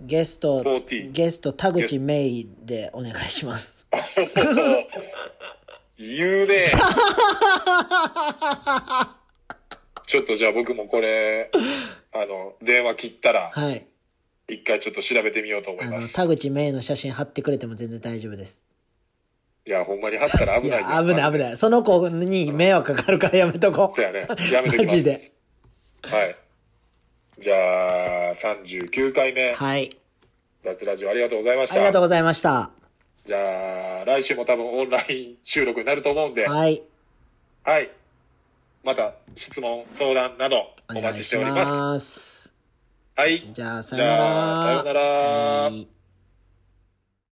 S2: ゲスト、
S1: 40
S2: ゲスト、田口メイでお願いします。
S1: 言うねちょっとじゃあ僕もこれ、あの、電話切ったら、
S2: はい。
S1: 一回ちょっと調べてみようと思
S2: あ
S1: い
S2: の、
S1: ます。
S2: 田口芽衣の写真貼ってくれても全然大丈夫です。
S1: いや、ほんまに貼ったら
S2: い
S1: 危ない
S2: や
S1: よ。、
S2: 危ない危
S1: い。
S2: ない。その子に迷惑かかるからやめとこ
S1: そう
S2: う。
S1: やね。やめときます。
S2: マジで
S1: はい。じゃあ、39回目、
S2: はい。
S1: 脱ラジオありがとうございまし
S2: ありがとう
S1: た。
S2: ございました。
S1: じゃあ、来週も多分オンライン収録になると思うんで、はい。
S2: はい。
S1: また、質問、相談など、お
S2: お願い
S1: 待ちして
S2: し
S1: おります。
S2: ます。
S1: はい。
S2: じゃあ、さ
S1: じ
S2: よな
S1: ゃ
S2: ら。
S1: あ、さようなら。
S2: はい